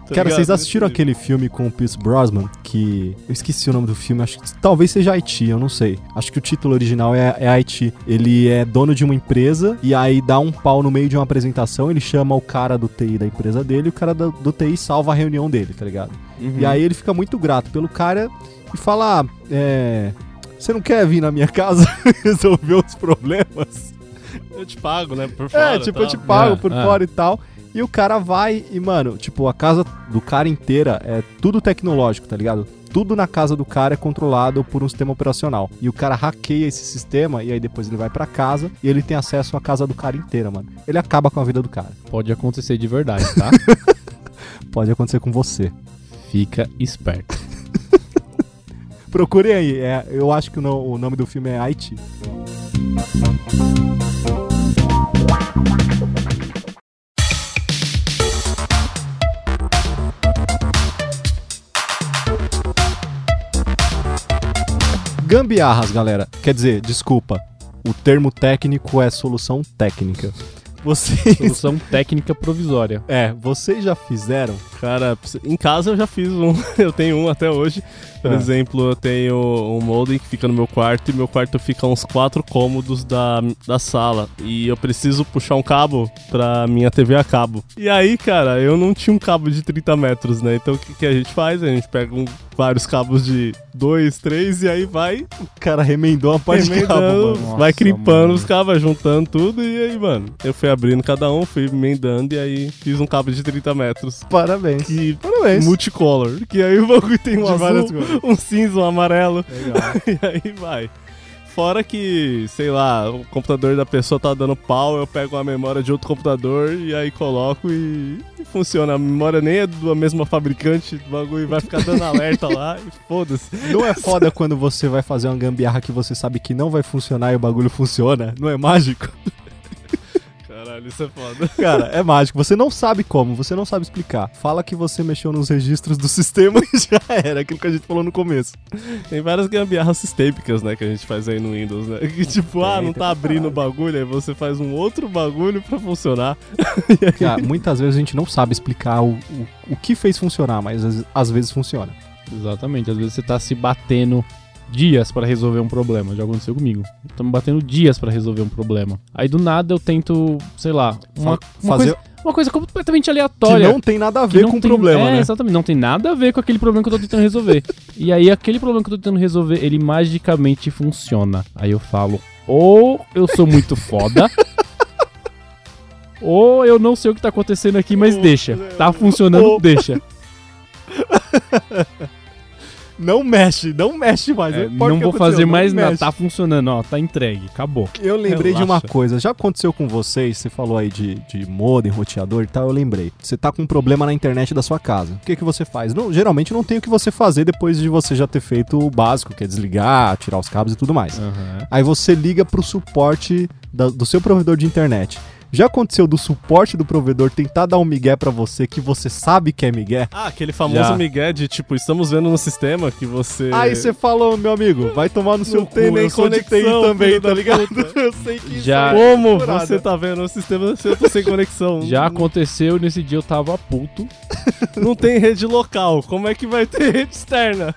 S4: Cara,
S3: ligado?
S4: vocês assistiram aquele filme com o Pierce Brosnan que eu esqueci o nome do filme, acho que talvez seja Haiti, eu não sei. Acho que o título original é, é Haiti. Ele é dono de uma empresa e aí dá um pau no meio de uma apresentação, ele chama o cara do TI da empresa dele, e o cara do, do TI salva a reunião dele, tá ligado?
S2: Uhum.
S4: E aí ele fica muito grato pelo cara e fala: ah, é, você não quer vir na minha casa resolver os problemas?
S3: Eu te pago, né? Por fora.
S4: é, tipo,
S3: tá?
S4: eu te pago
S2: É,
S4: por
S2: é.
S4: fora e tal. E o cara vai e, mano, tipo, a casa do cara inteira é tudo tecnológico, tá ligado? Tudo na casa do cara é controlado por um sistema operacional. E o cara hackeia esse sistema e aí depois ele vai pra casa e ele tem acesso à casa do cara inteira, mano. Ele acaba com a vida do cara.
S2: Pode acontecer de verdade, tá?
S4: Pode acontecer com você.
S2: Fica esperto.
S4: Procurem aí. é, eu acho que o, no- o nome do filme é Haiti. Gambiarras, galera. Quer dizer, desculpa. O termo técnico é solução técnica. Vocês.
S2: Solução técnica provisória.
S4: É, vocês já fizeram?
S3: Cara, em casa eu já fiz um. Eu tenho um até hoje. Por
S4: Ah.
S3: exemplo, eu tenho um molde que fica no meu quarto e meu quarto fica a uns quatro cômodos da, da sala. E eu preciso puxar um cabo pra minha TV a cabo. E aí, cara, eu não tinha um cabo de 30 metros, né? Então o que, que a gente faz? A gente pega um- vários cabos de 2, 3 e aí vai
S4: O cara remendou a parte de cabo,
S3: emendando,
S4: mano.
S2: mano.
S3: vai
S2: Nossa,
S3: crimpando
S2: mano.
S3: os cabos, vai juntando tudo. E aí, mano, eu fui abrindo cada um, fui emendando e aí fiz um cabo de 30 metros.
S4: Parabéns.
S3: Que
S4: Parabéns.
S3: multicolor. Que aí o bagulho tem um
S4: De várias
S3: azul,
S4: cores.
S3: um cinza, um amarelo.
S4: Legal.
S3: E aí vai. Fora que, sei lá, o computador da pessoa tá dando pau, eu pego a memória de outro computador e aí coloco e, e funciona. A memória nem é da mesma fabricante do bagulho, vai ficar dando alerta lá e foda-se.
S4: Não é foda quando você vai fazer uma gambiarra que você sabe que não vai funcionar e o bagulho funciona? Não é mágico?
S3: Caralho, isso é foda.
S4: Cara, é mágico. Você não sabe como, você não sabe explicar. Fala que você mexeu nos registros do sistema e já era. Aquilo que a gente falou no começo.
S3: Tem várias gambiarras sistêmicas, né, que a gente faz aí no Windows, né? Que tipo, ah,
S4: Tem,
S3: não
S4: tem
S3: tá
S4: pra
S3: abrindo o bagulho, aí você faz um outro bagulho pra funcionar.
S4: Cara, É ah, muitas vezes a gente não sabe explicar o, o, o que fez funcionar, mas às, às vezes funciona.
S2: Exatamente. Às vezes você tá se batendo dias pra resolver um problema. Já aconteceu comigo. Eu tô me batendo dias pra resolver um problema. Aí do nada eu tento, sei lá, uma, uma
S4: Fazer
S2: coisa, uma coisa completamente
S4: que
S2: aleatória.
S4: não tem nada a
S2: que
S4: ver
S2: não
S4: com o
S2: tem-
S4: problema,
S2: é,
S4: né?
S2: Exatamente, não tem nada a ver com aquele problema que eu tô tentando resolver. e aí aquele problema que eu tô tentando resolver, ele magicamente funciona. Aí eu falo, ou eu sou muito foda, ou eu não sei o que tá acontecendo
S4: é,
S2: aqui, mas
S3: Ou-
S2: deixa. Tá funcionando,
S3: ou-
S2: deixa.
S4: Não mexe, não mexe mais.
S2: É,
S4: importa
S2: não
S4: o que
S2: vou
S4: aconteceu,
S2: fazer mais
S4: não
S2: nada.
S4: mexe.
S2: Tá funcionando, ó. Tá entregue. Acabou.
S4: Eu lembrei de uma
S2: Relaxa.
S4: coisa. Já aconteceu com vocês? Você falou aí de, de modem, roteador e tal. Eu lembrei. Você tá com um problema na internet da sua casa. O que, que você faz? Não, geralmente não tem o que você fazer depois de você já ter feito o básico, que é desligar, tirar os cabos e tudo
S3: É.
S4: mais.
S2: Aham.
S4: Aí você liga pro suporte da- do seu provedor de internet. Já aconteceu do suporte do provedor tentar dar um migué pra você que você sabe que é migué?
S3: Ah, aquele famoso
S2: Já.
S3: migué de tipo, estamos vendo no sistema que você.
S4: Aí você falou, meu amigo, vai tomar no seu
S3: cu,
S4: cu, nem
S3: É. eu sou
S4: conectei
S3: dicção,
S4: também,
S3: filho
S4: tá
S3: da
S4: ligado? Eu sei que
S2: Já-
S4: isso é uma
S3: Como
S4: furada.
S3: você tá vendo no sistema se eu tô sem conexão?
S2: Já
S3: Não-
S2: aconteceu, nesse dia eu tava puto.
S3: Não tem rede local. Como é que vai ter rede externa?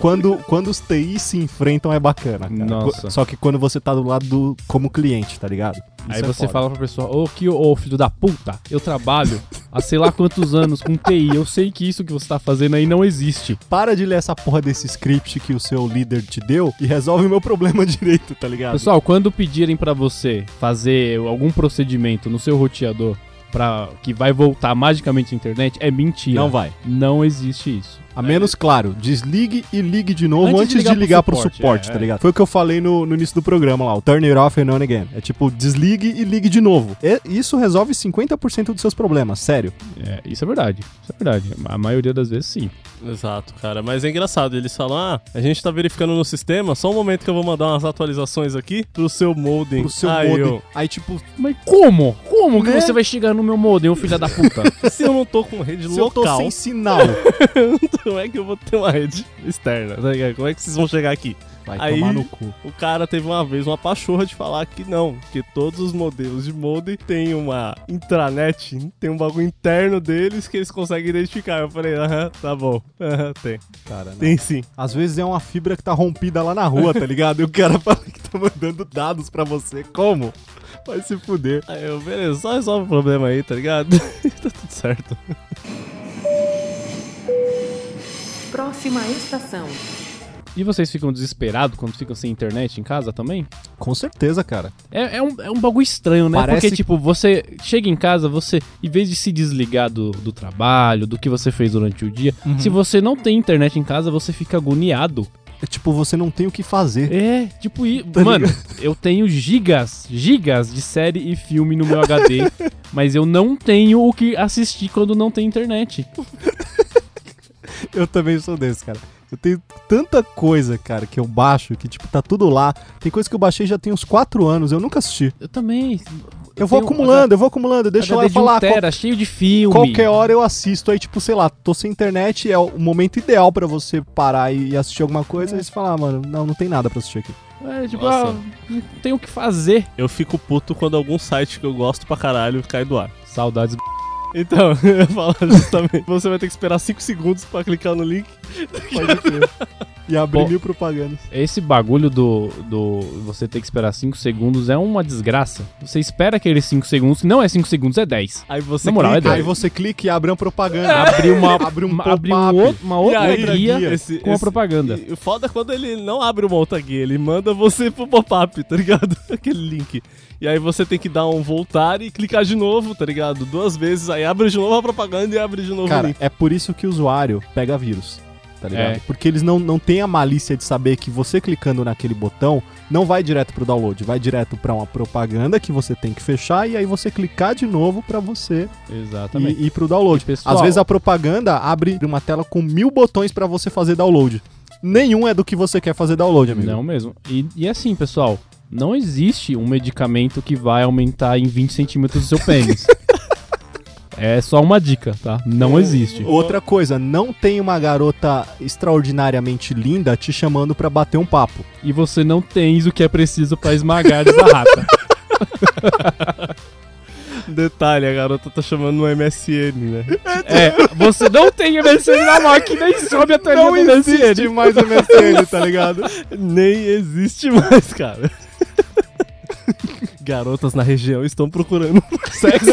S4: quando, quando os TIs se enfrentam é bacana, cara.
S2: Nossa.
S4: Co- Só que quando você tá do lado do, como cliente, tá ligado? Isso
S2: Aí
S4: é
S2: você
S4: foda.
S2: fala pra pessoa, ô que ô filho da puta, eu trabalho há sei lá quantos anos com TI, eu sei que isso que você tá fazendo aí não existe.
S4: Para de ler essa porra desse script que o seu líder te deu e resolve o meu problema direito, tá ligado?
S2: Pessoal, quando pedirem pra você fazer algum procedimento no seu roteador para que vai voltar magicamente à internet, é mentira.
S4: não vai.
S2: Não existe isso.
S4: A menos, claro, desligue e ligue de novo antes,
S2: Antes de
S4: de
S2: ligar pro
S4: ligar pro suporte,
S2: suporte, é,
S4: tá
S2: é.
S4: ligado? Foi o que eu falei no, no início do programa lá, o turn it off and on again. É tipo, desligue e ligue de novo. E isso resolve 50% dos seus problemas, sério.
S2: É, isso é verdade. Isso é verdade. A maioria das vezes sim.
S3: Exato, cara. Mas é engraçado. Eles falam, ah, a gente tá verificando no sistema. Só um momento que eu vou mandar umas atualizações aqui pro seu modem.
S4: Pro seu
S3: Aí
S4: modem.
S3: eu,
S4: Aí, tipo,
S2: Mas como? Como que
S4: Né?
S2: você vai chegar no meu modem, ô filha da puta?
S3: se eu não tô com rede
S4: se eu tô
S3: local,
S4: sem sinal,
S3: como é que eu vou ter uma rede externa? tá ligado? Como é que vocês vão chegar aqui?
S4: vai
S3: Aí-
S4: tomar no cu.
S3: O cara teve uma vez uma pachorra de falar que não, que todos os modelos de modem tem uma intranet, tem um bagulho interno deles que eles conseguem identificar. Eu falei, aham, tá bom. Aham, tem.
S4: Cara, né? não.
S3: Tem sim.
S4: Às vezes é uma fibra que tá rompida lá na rua, tá ligado? E o cara fala que tá mandando dados pra você. Como? Vai se fuder.
S3: Aí eu, beleza, só resolve o problema aí, tá ligado? tá tudo certo.
S1: Próxima estação.
S2: e vocês ficam desesperados quando ficam sem internet em casa também?
S4: Com certeza, cara.
S2: É, é um, é um bagulho estranho, né?
S4: Parece
S2: Porque,
S4: que-
S2: tipo, você chega em casa, você, em vez de se desligar do, do trabalho, do que você fez durante o dia,
S4: Uhum.
S2: se você não tem internet em casa, você fica agoniado.
S4: É tipo, você não tem o que fazer.
S2: É, tipo, e,
S4: Tá
S2: mano, eu tenho gigas, gigas de série e filme no meu HD, mas eu não tenho o que assistir quando não tem internet.
S4: Eu também sou desse, cara. Eu tenho tanta coisa, cara, que eu baixo, que, tipo, tá tudo lá. Tem coisa que eu baixei já tem uns 4 anos, eu nunca assisti.
S2: Eu também.
S4: Eu vou
S2: tenho um
S4: acumulando, eu vou acumulando, deixa eu
S2: HD
S4: lá
S2: de
S4: falar.
S2: 1 tera, cheio de filme.
S4: qual- é qualquer hora eu assisto, aí, tipo, sei lá, tô sem internet, é o momento ideal pra você parar e e assistir alguma coisa, aí você fala, ah, mano, não, não tem nada pra assistir aqui.
S2: É, tipo,
S3: Nossa.
S2: ah, não tem o que fazer.
S3: Eu fico puto quando algum site que eu gosto pra caralho cai do ar.
S2: Saudades
S3: Então, eu falo justamente, você vai ter que esperar 5 segundos pra clicar no link.
S4: Pode crer. E abrir
S2: Bom,
S4: mil propagandas.
S2: Esse bagulho do, do você ter que esperar 5 segundos é uma desgraça. Você espera aqueles 5 segundos, não é 5 segundos, é 10.
S3: Aí você
S2: Na moral,
S3: clica,
S2: é doido.
S4: Aí você clica e abre uma propaganda.
S2: Abre uma,
S4: Abre um
S2: uma, abre um
S4: pop-up.
S2: outro- uma outra
S3: E aí,
S2: guia
S4: guia,
S3: esse-
S2: com a
S3: esse-
S2: propaganda.
S3: E o foda é quando ele não abre uma outra guia, ele manda você pro pop-up, tá ligado? Aquele link. E aí você tem que dar um voltar e clicar de novo, tá ligado? Duas vezes, aí abre de novo a propaganda e abre de novo o
S4: Cara,
S3: link.
S4: é por isso que o usuário pega vírus, tá ligado?
S2: É.
S4: Porque eles não, não têm a malícia de saber que você clicando naquele botão não vai direto pro download, vai direto pra uma propaganda que você tem que fechar e aí você clicar de novo pra você
S2: Exatamente.
S4: e ir pro download.
S2: E, pessoal-
S4: Às vezes a propaganda abre uma tela com mil botões pra você fazer download. Nenhum é do que você quer fazer download, amigo.
S2: não mesmo. E, e assim, pessoal, não existe um medicamento que vai aumentar em 20 centímetros o seu pênis. é só uma dica, tá? Não existe.
S4: Outra coisa, não tem uma garota extraordinariamente linda te chamando pra bater um papo.
S2: E você não tens o que é preciso pra esmagar essa rata.
S3: Detalhe, a garota tá chamando no MSN, né?
S2: É, você não tem MSN na máquina e é sobe a teoria do MSN.
S4: mais o MSN, tá ligado?
S3: Nem existe mais, cara. Garotas na região estão procurando por sexo.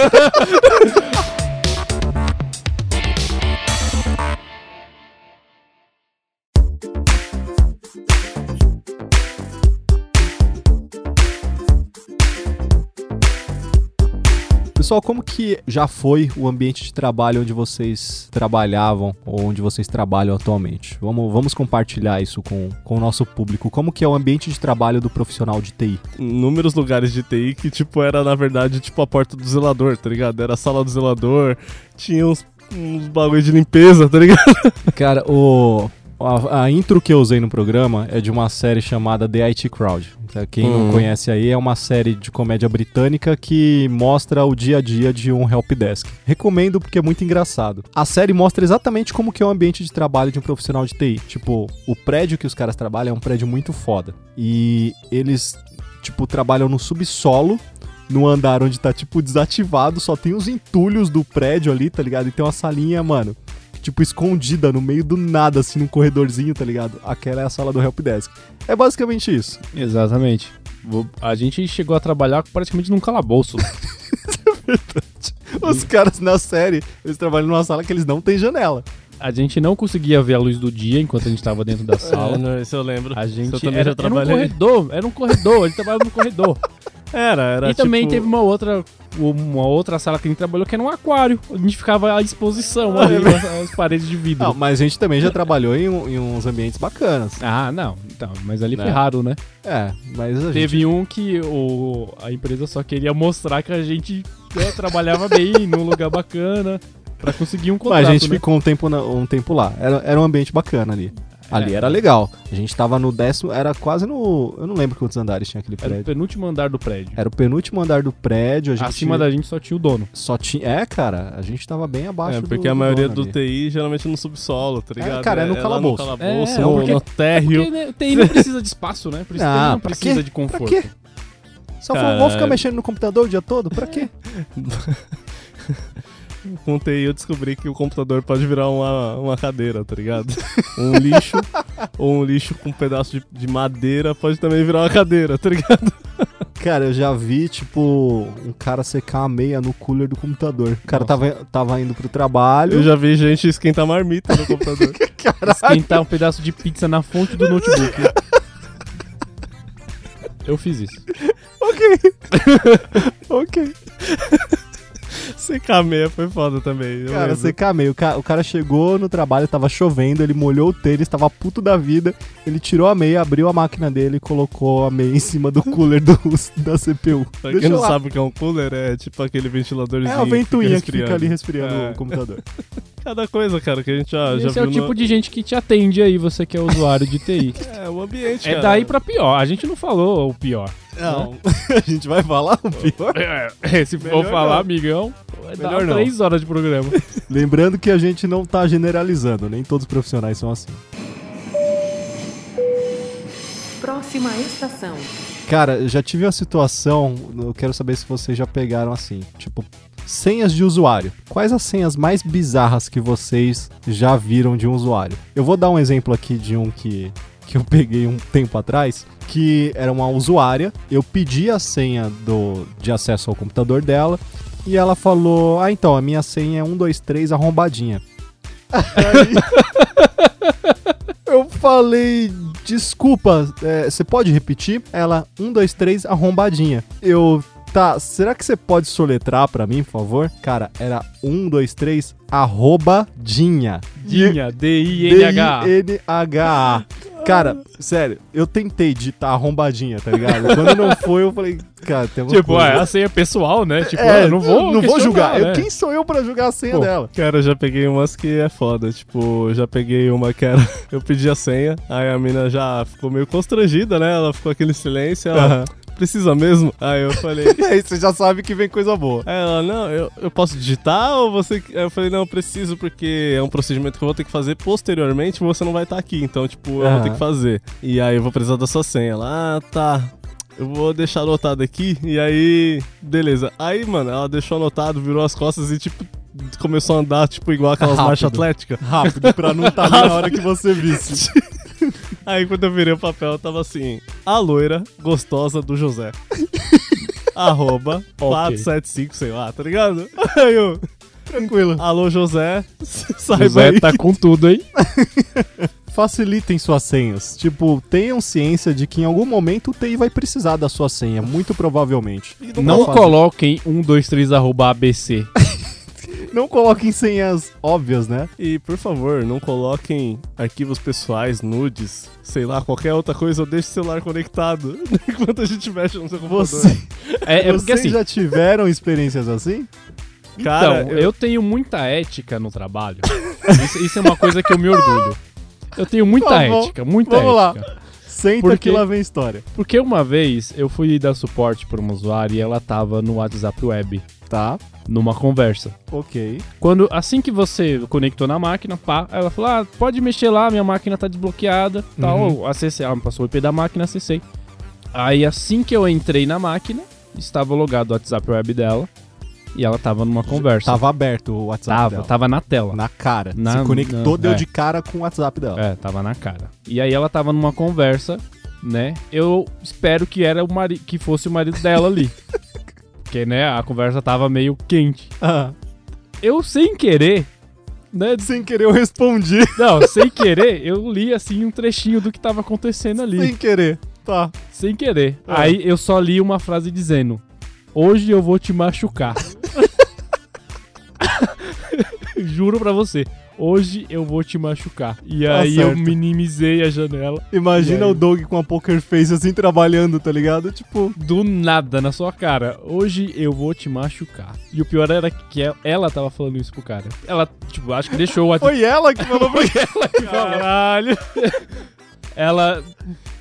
S4: Pessoal, pessoal, como que já foi o ambiente de trabalho onde vocês trabalhavam ou onde vocês trabalham atualmente? Vamos, vamos compartilhar isso com, com o nosso público. Como que é o ambiente de trabalho do profissional de TI?
S3: inúmeros lugares de TI que, tipo, era na verdade, tipo, a porta do zelador, tá ligado? Era a sala do zelador, tinha uns, uns bagulho de limpeza, tá ligado?
S4: Cara, o. A, a intro que eu usei no programa é de uma série chamada The IT Crowd. Tá? Quem
S3: Hum.
S4: não conhece aí é uma série de comédia britânica que mostra o dia a dia de um helpdesk. Recomendo porque é muito engraçado. A série mostra exatamente como que é o ambiente de trabalho de um profissional de TI. Tipo, o prédio que os caras trabalham é um prédio muito foda. E eles, tipo, trabalham no subsolo num andar onde tá, tipo, desativado, só tem os entulhos do prédio ali, tá ligado? E tem uma salinha, mano, tipo, escondida no meio do nada, assim, num corredorzinho, tá ligado? Aquela é a sala do helpdesk. É basicamente isso.
S2: Exatamente. Vou- A gente chegou a trabalhar praticamente num calabouço. Hum.
S4: Os caras na série, eles trabalham numa sala que eles não têm janela.
S2: A gente não conseguia ver a luz do dia enquanto a gente tava dentro da sala.
S4: É.
S3: não, isso eu lembro.
S2: A gente
S3: Eu também
S2: era,
S3: já
S2: era um
S3: trabalhei.
S2: corredor, era um corredor, ele trabalhava no corredor.
S3: Era, era
S2: e também
S3: tipo,
S2: teve uma outra, uma outra sala que a gente trabalhou que era um aquário, onde a gente ficava à exposição ali, as, as paredes de vidro.
S4: É. Não, Ah, mas a gente também já trabalhou em, um- em uns ambientes bacanas.
S2: Ah, não. Então, mas ali foi
S4: Não.
S2: raro, né?
S4: É, mas a gente...
S2: Teve um que o, a empresa só queria mostrar que a gente né, trabalhava bem, num lugar bacana, pra conseguir um contrato,
S4: Mas a gente
S2: né?
S4: ficou um tempo, na- um tempo lá. Era, era um ambiente bacana ali. Ali
S2: É.
S4: era legal. A gente tava no décimo, era quase no. Eu não lembro quantos andares tinha aquele
S2: Era o
S4: prédio.
S2: É penúltimo andar do prédio.
S4: Era o penúltimo andar do prédio, a gente
S2: Acima da gente só É, tinha o dono.
S4: só tinha. É, cara, a gente tava bem abaixo
S3: É,
S4: do-
S3: porque
S2: um
S4: do
S3: a maioria
S4: dono
S3: do
S4: ali.
S3: TI geralmente é no subsolo, tá ligado?
S4: cara, é no
S3: lá
S4: calabouço.
S3: No
S2: É,
S3: calabouço,
S2: não,
S3: no,
S2: porque-
S3: no térreo.
S2: Porque né, o TI não precisa de espaço, né? Por isso
S4: Ah,
S2: TI não
S4: pra
S2: precisa
S4: quê?
S2: de
S4: Pra
S2: conforto.
S4: quê? Só vou- vou
S3: Cara.
S4: ficar mexendo no computador o dia todo? Pra quê?
S3: Com TI eu descobri que o computador pode virar uma, uma cadeira, tá ligado? Um lixo, ou um lixo com um pedaço de, de madeira pode também virar uma cadeira, tá ligado?
S4: Cara, eu já vi, tipo, um cara secar a meia no cooler do computador. O cara tava, tava indo pro trabalho.
S3: Eu já vi gente esquentar marmita no computador.
S2: Esquentar um pedaço de pizza na fonte do notebook. Eu fiz isso.
S3: ok. Secar a meia foi foda também. eu
S4: Cara,
S3: lembro.
S4: secar a meia. O ca- o cara chegou no trabalho, tava chovendo, ele molhou o tênis, tava puto da vida. Ele tirou a meia, abriu a máquina dele e colocou a meia em cima do cooler do, da CPU.
S3: Pra
S4: Deixa
S3: quem não
S4: lá.
S3: sabe o que é um cooler, é tipo aquele ventiladorzinho.
S4: É a ventoinha que fica ali
S3: respirando.
S4: resfriando
S3: É.
S4: o computador.
S3: Cada coisa, cara, que a gente já, já
S2: Esse é
S3: viu
S2: o tipo
S3: no...
S2: de gente que te atende aí, você que é usuário de TI.
S3: É, o ambiente,
S2: É
S3: cara.
S2: daí pra pior. A gente não falou o pior.
S4: Não, a gente vai falar o pior.
S2: É, Se for
S3: Melhor
S2: falar,
S3: não.
S2: amigão, vai dar
S3: Melhor não.
S2: três horas de programa.
S4: Lembrando que a gente não tá generalizando, nem todos os profissionais são assim.
S1: Próxima estação.
S4: Cara, eu já tive uma situação, eu quero saber se vocês já pegaram assim, tipo, senhas de usuário. Quais as senhas mais bizarras que vocês já viram de um usuário? Eu vou dar um exemplo aqui de um que, que eu peguei um tempo atrás, que era uma usuária, eu pedi a senha do, de acesso ao computador dela, e ela falou, ah então, a minha senha é 123 arrombadinha. Eu falei, desculpa, é, você pode repetir? Ela, um, dois, três, arrombadinha. Eu, tá, será que você pode soletrar pra mim, por favor? Cara, era um, dois, três, arrobadinha.
S2: Dinha, D-I-N-H.
S4: D-I-N-H-A. Cara, sério, eu tentei digitar arrombadinha, tá ligado? Quando não foi, eu falei, cara, tem alguma
S2: Tipo,
S4: coisa.
S2: é, a senha pessoal, né? Tipo,
S4: É,
S2: eu não vou.
S4: não vou
S2: questionar,
S4: julgar. Eu-
S2: né?
S4: quem sou eu pra julgar a senha
S2: Pô,
S4: É dela?
S3: Cara, eu já peguei umas que é foda. Tipo, eu já peguei uma que era. Eu pedi a senha, aí a mina já ficou meio constrangida, né? Ela ficou aquele silêncio. Ela,
S4: Aham.
S3: precisa mesmo? Aí eu falei.
S2: É
S4: Aí você já sabe que vem coisa boa.
S3: Aí ela, não, eu, eu posso digitar ou você. que-" Aí eu falei, não, eu preciso porque é um procedimento que eu vou ter que fazer posteriormente você não vai estar aqui. Então, tipo, eu
S4: Aham.
S3: vou ter que fazer. E aí eu vou precisar da sua senha. Ela, ah, tá. Eu vou deixar anotado aqui. E aí, beleza. Aí, mano, ela deixou anotado, virou as costas e, tipo, começou a andar, tipo, igual aquelas
S4: Rápido.
S3: marchas atléticas.
S4: Rápido, pra não estar na hora que você visse.
S3: Aí quando eu virei o papel, tava assim: A loira gostosa do José. Arroba 475, sei lá, tá ligado? Aí eu.
S4: Tranquilo.
S3: Alô, José. Saiba
S2: José
S3: aí.
S2: tá com tudo, hein?
S4: facilitem suas senhas. Tipo, tenham ciência de que em algum momento o TI vai precisar da sua senha, muito provavelmente.
S3: E
S2: Não
S4: fazer.
S2: coloquem 123 arroba ABC.
S4: Não coloquem senhas óbvias, né?
S3: E por favor, não coloquem arquivos pessoais, nudes, sei lá, qualquer outra coisa, ou deixe o celular conectado enquanto a gente mexe no seu computador.
S4: Você,
S2: É, é porque
S4: vocês
S2: assim,
S4: já tiveram experiências assim?
S3: Cara,
S2: então,
S3: eu-
S2: eu... tenho muita ética no trabalho. Isso, isso é uma coisa que eu me orgulho. Eu tenho muita
S4: Tá bom,
S2: ética, muita
S4: vamos lá.
S2: ética.
S4: Senta
S2: Porque-
S4: que lá vem história.
S2: Porque uma vez eu fui dar suporte pra uma usuária e ela tava no WhatsApp Web,
S4: Tá,
S2: numa conversa.
S4: ok.
S2: Quando, assim que você conectou na máquina, pá, ela falou: ah, pode mexer lá, minha máquina tá desbloqueada, tal.
S4: Uhum.
S2: Eu Acessei, ela me passou o IP da máquina, acessei. Aí assim que eu entrei na máquina, estava logado o WhatsApp web dela e ela tava numa conversa.
S4: Tava aberto o WhatsApp
S2: tava,
S4: dela.
S2: tava na tela.
S4: Na cara.
S2: Na-
S4: Se
S2: na-
S4: conectou, deu
S2: é.
S4: de cara com o WhatsApp dela.
S2: É, tava na cara. E aí ela tava numa conversa, né? Eu espero que era o mari que fosse o marido dela ali. Porque, né, a conversa tava meio quente.
S4: Ah,
S2: Eu sem querer, né,
S4: sem querer eu respondi.
S2: Não, sem querer, eu li assim um trechinho do que tava acontecendo ali.
S4: Sem querer. Tá.
S2: Sem querer.
S4: Ah.
S2: Aí eu só li uma frase dizendo: Hoje eu vou te machucar. Juro pra você. Hoje eu vou te machucar. E
S4: Tá
S2: aí eu
S4: certo.
S2: minimizei a janela. E
S4: Imagina
S2: aí?
S4: o Doug com a poker face assim trabalhando, tá ligado? Tipo,
S2: Do nada na sua cara. Hoje eu vou te machucar. E o pior era que ela- ela tava falando isso pro cara. Ela, tipo, acho que deixou o WhatsApp.
S4: foi ela que falou pra mim.
S2: Caralho. ela. acho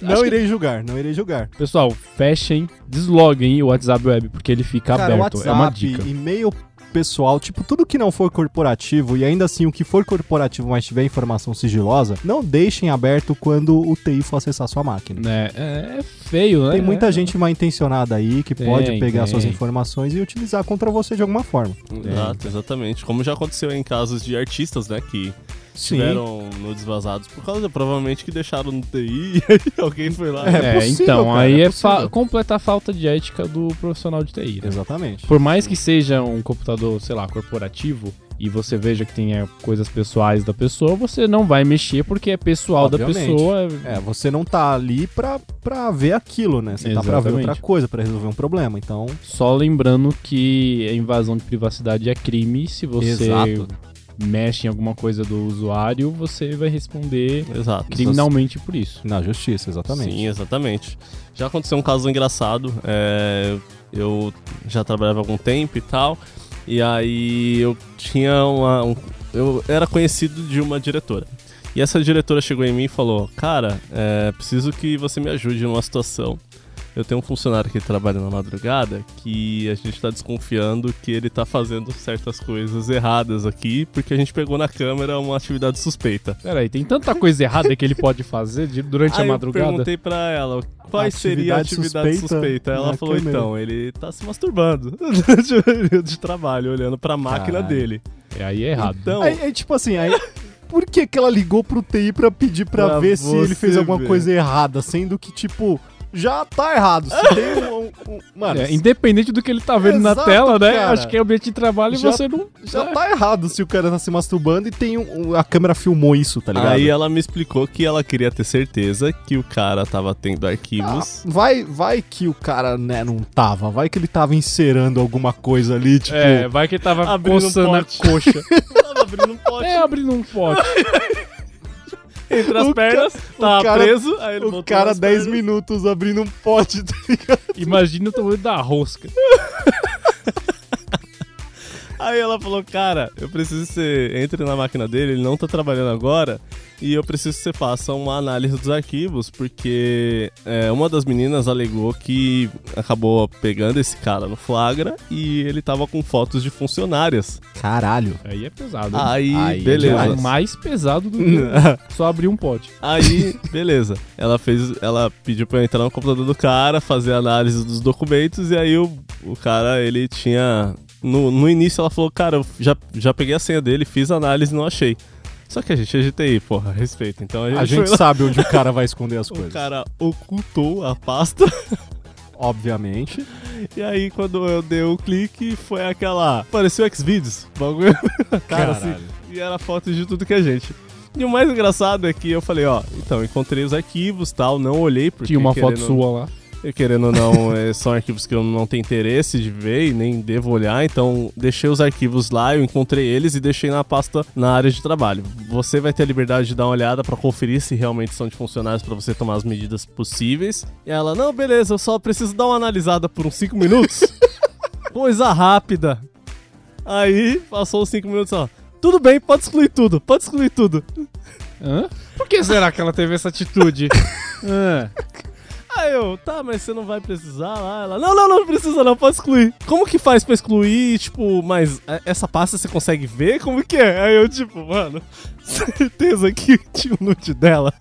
S4: Não
S2: que-
S4: irei julgar, não irei julgar.
S2: Pessoal, fechem, desloguem o WhatsApp Web, porque ele fica
S4: Cara,
S2: aberto.
S4: WhatsApp,
S2: é uma dica.
S4: e-mail pessoal, tipo, tudo que não for corporativo e ainda assim o que for corporativo, mas tiver informação sigilosa, não deixem aberto quando o TI for acessar sua máquina.
S2: Né, É, é feio, né?
S4: Tem muita
S2: É.
S4: gente mal intencionada aí que
S2: Tem,
S4: pode pegar
S2: tem.
S4: suas informações e utilizar contra você de alguma forma.
S3: Exato, exatamente. Como já aconteceu em casos de artistas, né, que
S4: Sim.
S3: tiveram nudes vazados por causa, provavelmente, que deixaram no TI e aí alguém foi lá.
S4: É.
S2: É,
S4: possível,
S2: então,
S4: cara,
S2: aí
S4: é
S2: é,
S4: possível.
S2: fa- completa a falta de ética do profissional de TI, né?
S4: Exatamente.
S2: Por mais que seja um computador, sei lá, corporativo, e você veja que tenha coisas pessoais da pessoa, você não vai mexer porque é pessoal da
S4: Obviamente.
S2: pessoa.
S4: É, você não tá ali pra, pra ver aquilo, né? Você tá pra ver
S2: Exatamente.
S4: outra coisa, pra resolver um problema. Então,
S2: É Só lembrando que a invasão de privacidade é crime. Se você
S4: Exato.
S2: mexe em alguma coisa do usuário, você vai responder
S3: Exato.
S2: criminalmente por isso.
S4: na justiça, exatamente.
S3: Sim, exatamente. Já aconteceu um caso engraçado. é, eu já trabalhava há algum tempo e tal. E aí eu tinha uma. um- eu era conhecido de uma diretora. E essa diretora chegou em mim e falou: Cara, é, preciso que você me ajude numa situação. Eu tenho um funcionário que trabalha na madrugada que a gente tá desconfiando que ele tá fazendo certas coisas erradas aqui, porque a gente pegou na câmera uma atividade suspeita.
S2: Peraí, tem tanta coisa errada que ele pode fazer de- durante a
S3: Aí Eu
S2: madrugada.
S3: perguntei pra ela qual seria a
S4: Atividade
S3: atividade
S4: suspeita
S3: suspeita. Ela
S4: na
S3: falou:
S4: câmera.
S3: então, ele tá se masturbando de, de trabalho, olhando pra máquina
S4: Caralho.
S3: dele.
S2: E Aí é errado.
S3: Então,
S4: Aí, aí, tipo assim, aí. Por que, que ela ligou pro TI pra pedir pra,
S3: Pra
S4: ver se ele fez
S3: você
S4: alguma
S3: ver.
S4: coisa errada? Sendo que, tipo, já tá errado. Se tem um. um- um- mano,
S2: É, independente do que ele tá vendo na
S4: Exato,
S2: tela, né?
S4: cara.
S2: Acho que é ambiente de trabalho e
S4: Já-
S2: você não. é.
S4: já tá errado se o cara tá se masturbando e tem um. um- a câmera filmou isso, tá ligado?
S3: aí ela me explicou que ela queria ter certeza que o cara tava tendo arquivos.
S4: Ah, vai, vai que o cara, né, não tava. Vai que ele tava encerando alguma coisa ali, tipo.
S2: É, vai que ele tava
S3: Abrindo um
S2: coçando a
S3: pote.
S2: coxa.
S4: Ah.
S3: Tava abrindo um pote
S2: É abrindo um pote.
S3: entre as
S4: o ca-
S3: pernas, tava
S4: cara-
S3: preso, aí ele
S4: O
S3: botou
S4: cara
S3: nas
S4: 10
S3: pernas.
S4: minutos abrindo um pote, tá ligado?
S2: Imagina o tamanho da rosca.
S3: Aí ela falou: Cara, eu preciso que você entre na máquina dele, ele não tá trabalhando agora. E eu preciso que você faça uma análise dos arquivos, porque é, uma das meninas alegou que acabou pegando esse cara no flagra e ele tava com fotos de funcionárias.
S4: Caralho.
S2: Aí é pesado. hein?
S3: Aí,
S4: Aí é
S3: beleza.
S2: É mais pesado do que só abrir um pote.
S3: Aí, beleza. Ela fez. Ela pediu pra eu entrar no computador do cara, fazer a análise dos documentos, e aí o, o cara, ele tinha. No, no início ela falou, cara, eu já, já peguei a senha dele, fiz a análise e não achei. Só que a gente é GTI, porra, respeito. Então a gente,
S4: A gente
S3: foi lá.
S4: sabe onde o cara vai esconder as
S3: O
S4: coisas.
S3: cara ocultou a pasta,
S4: Obviamente.
S3: e aí quando eu dei o clique, foi assim, aquela. Apareceu Xvideos, bagulho. Cara, assim, e era foto de tudo que a gente. E o mais engraçado é que eu falei, ó, então, encontrei os arquivos tal, não olhei porque.
S2: Tinha uma foto
S3: querendo-
S2: sua lá.
S3: E Querendo ou não, eh, são arquivos que eu não tenho interesse de ver e nem devo olhar, então deixei os arquivos lá, eu encontrei eles e deixei na pasta na área de trabalho. Você vai ter a liberdade de dar uma olhada pra conferir se realmente são de funcionários pra você tomar as medidas possíveis. E ela, não, beleza, eu só preciso dar uma analisada por uns 5 minutos. Coisa rápida. Aí, passou os 5 minutos, ó. Tudo bem, pode excluir tudo, pode excluir tudo.
S2: Hã? Por que será que ela teve essa atitude? Hã?
S3: Aí eu, tá, mas você não vai precisar lá. Ela, não, não, não precisa não, pode excluir. Como que faz pra excluir? E, tipo, mas é, essa pasta você consegue ver? Como que é? Aí eu, tipo, mano, certeza que tinha o nude dela.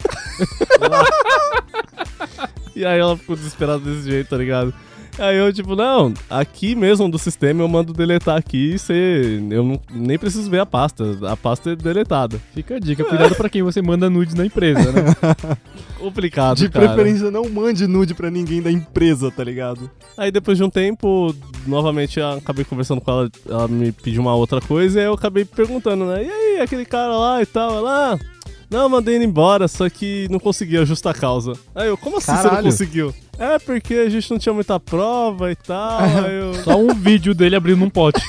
S3: e aí ela ficou desesperada desse jeito, tá ligado? Aí eu, tipo, não, aqui mesmo do sistema eu mando deletar aqui e você. Eu não- nem preciso ver a pasta. A pasta é deletada.
S2: Fica a dica, cuidado pra quem você manda nudes na empresa, né?
S3: Complicado,
S4: De
S3: cara.
S4: preferência, não mande nude pra ninguém da empresa, tá ligado?
S3: Aí depois de um tempo, novamente eu acabei conversando com ela, ela me pediu uma outra coisa e aí eu acabei perguntando, né? E aí, aquele cara lá e tal, ela. "Ah, Não, mandei ele embora, só que não consegui a justa causa. Aí eu, como assim você não
S4: Caralho.
S3: conseguiu? É, porque a gente não tinha muita prova e tal. aí eu
S2: Só um vídeo dele abrindo um pote.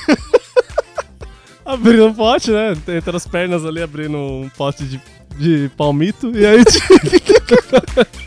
S3: abrindo um pote, né? Entre as pernas ali, abrindo um pote de, de palmito. E aí, tipo,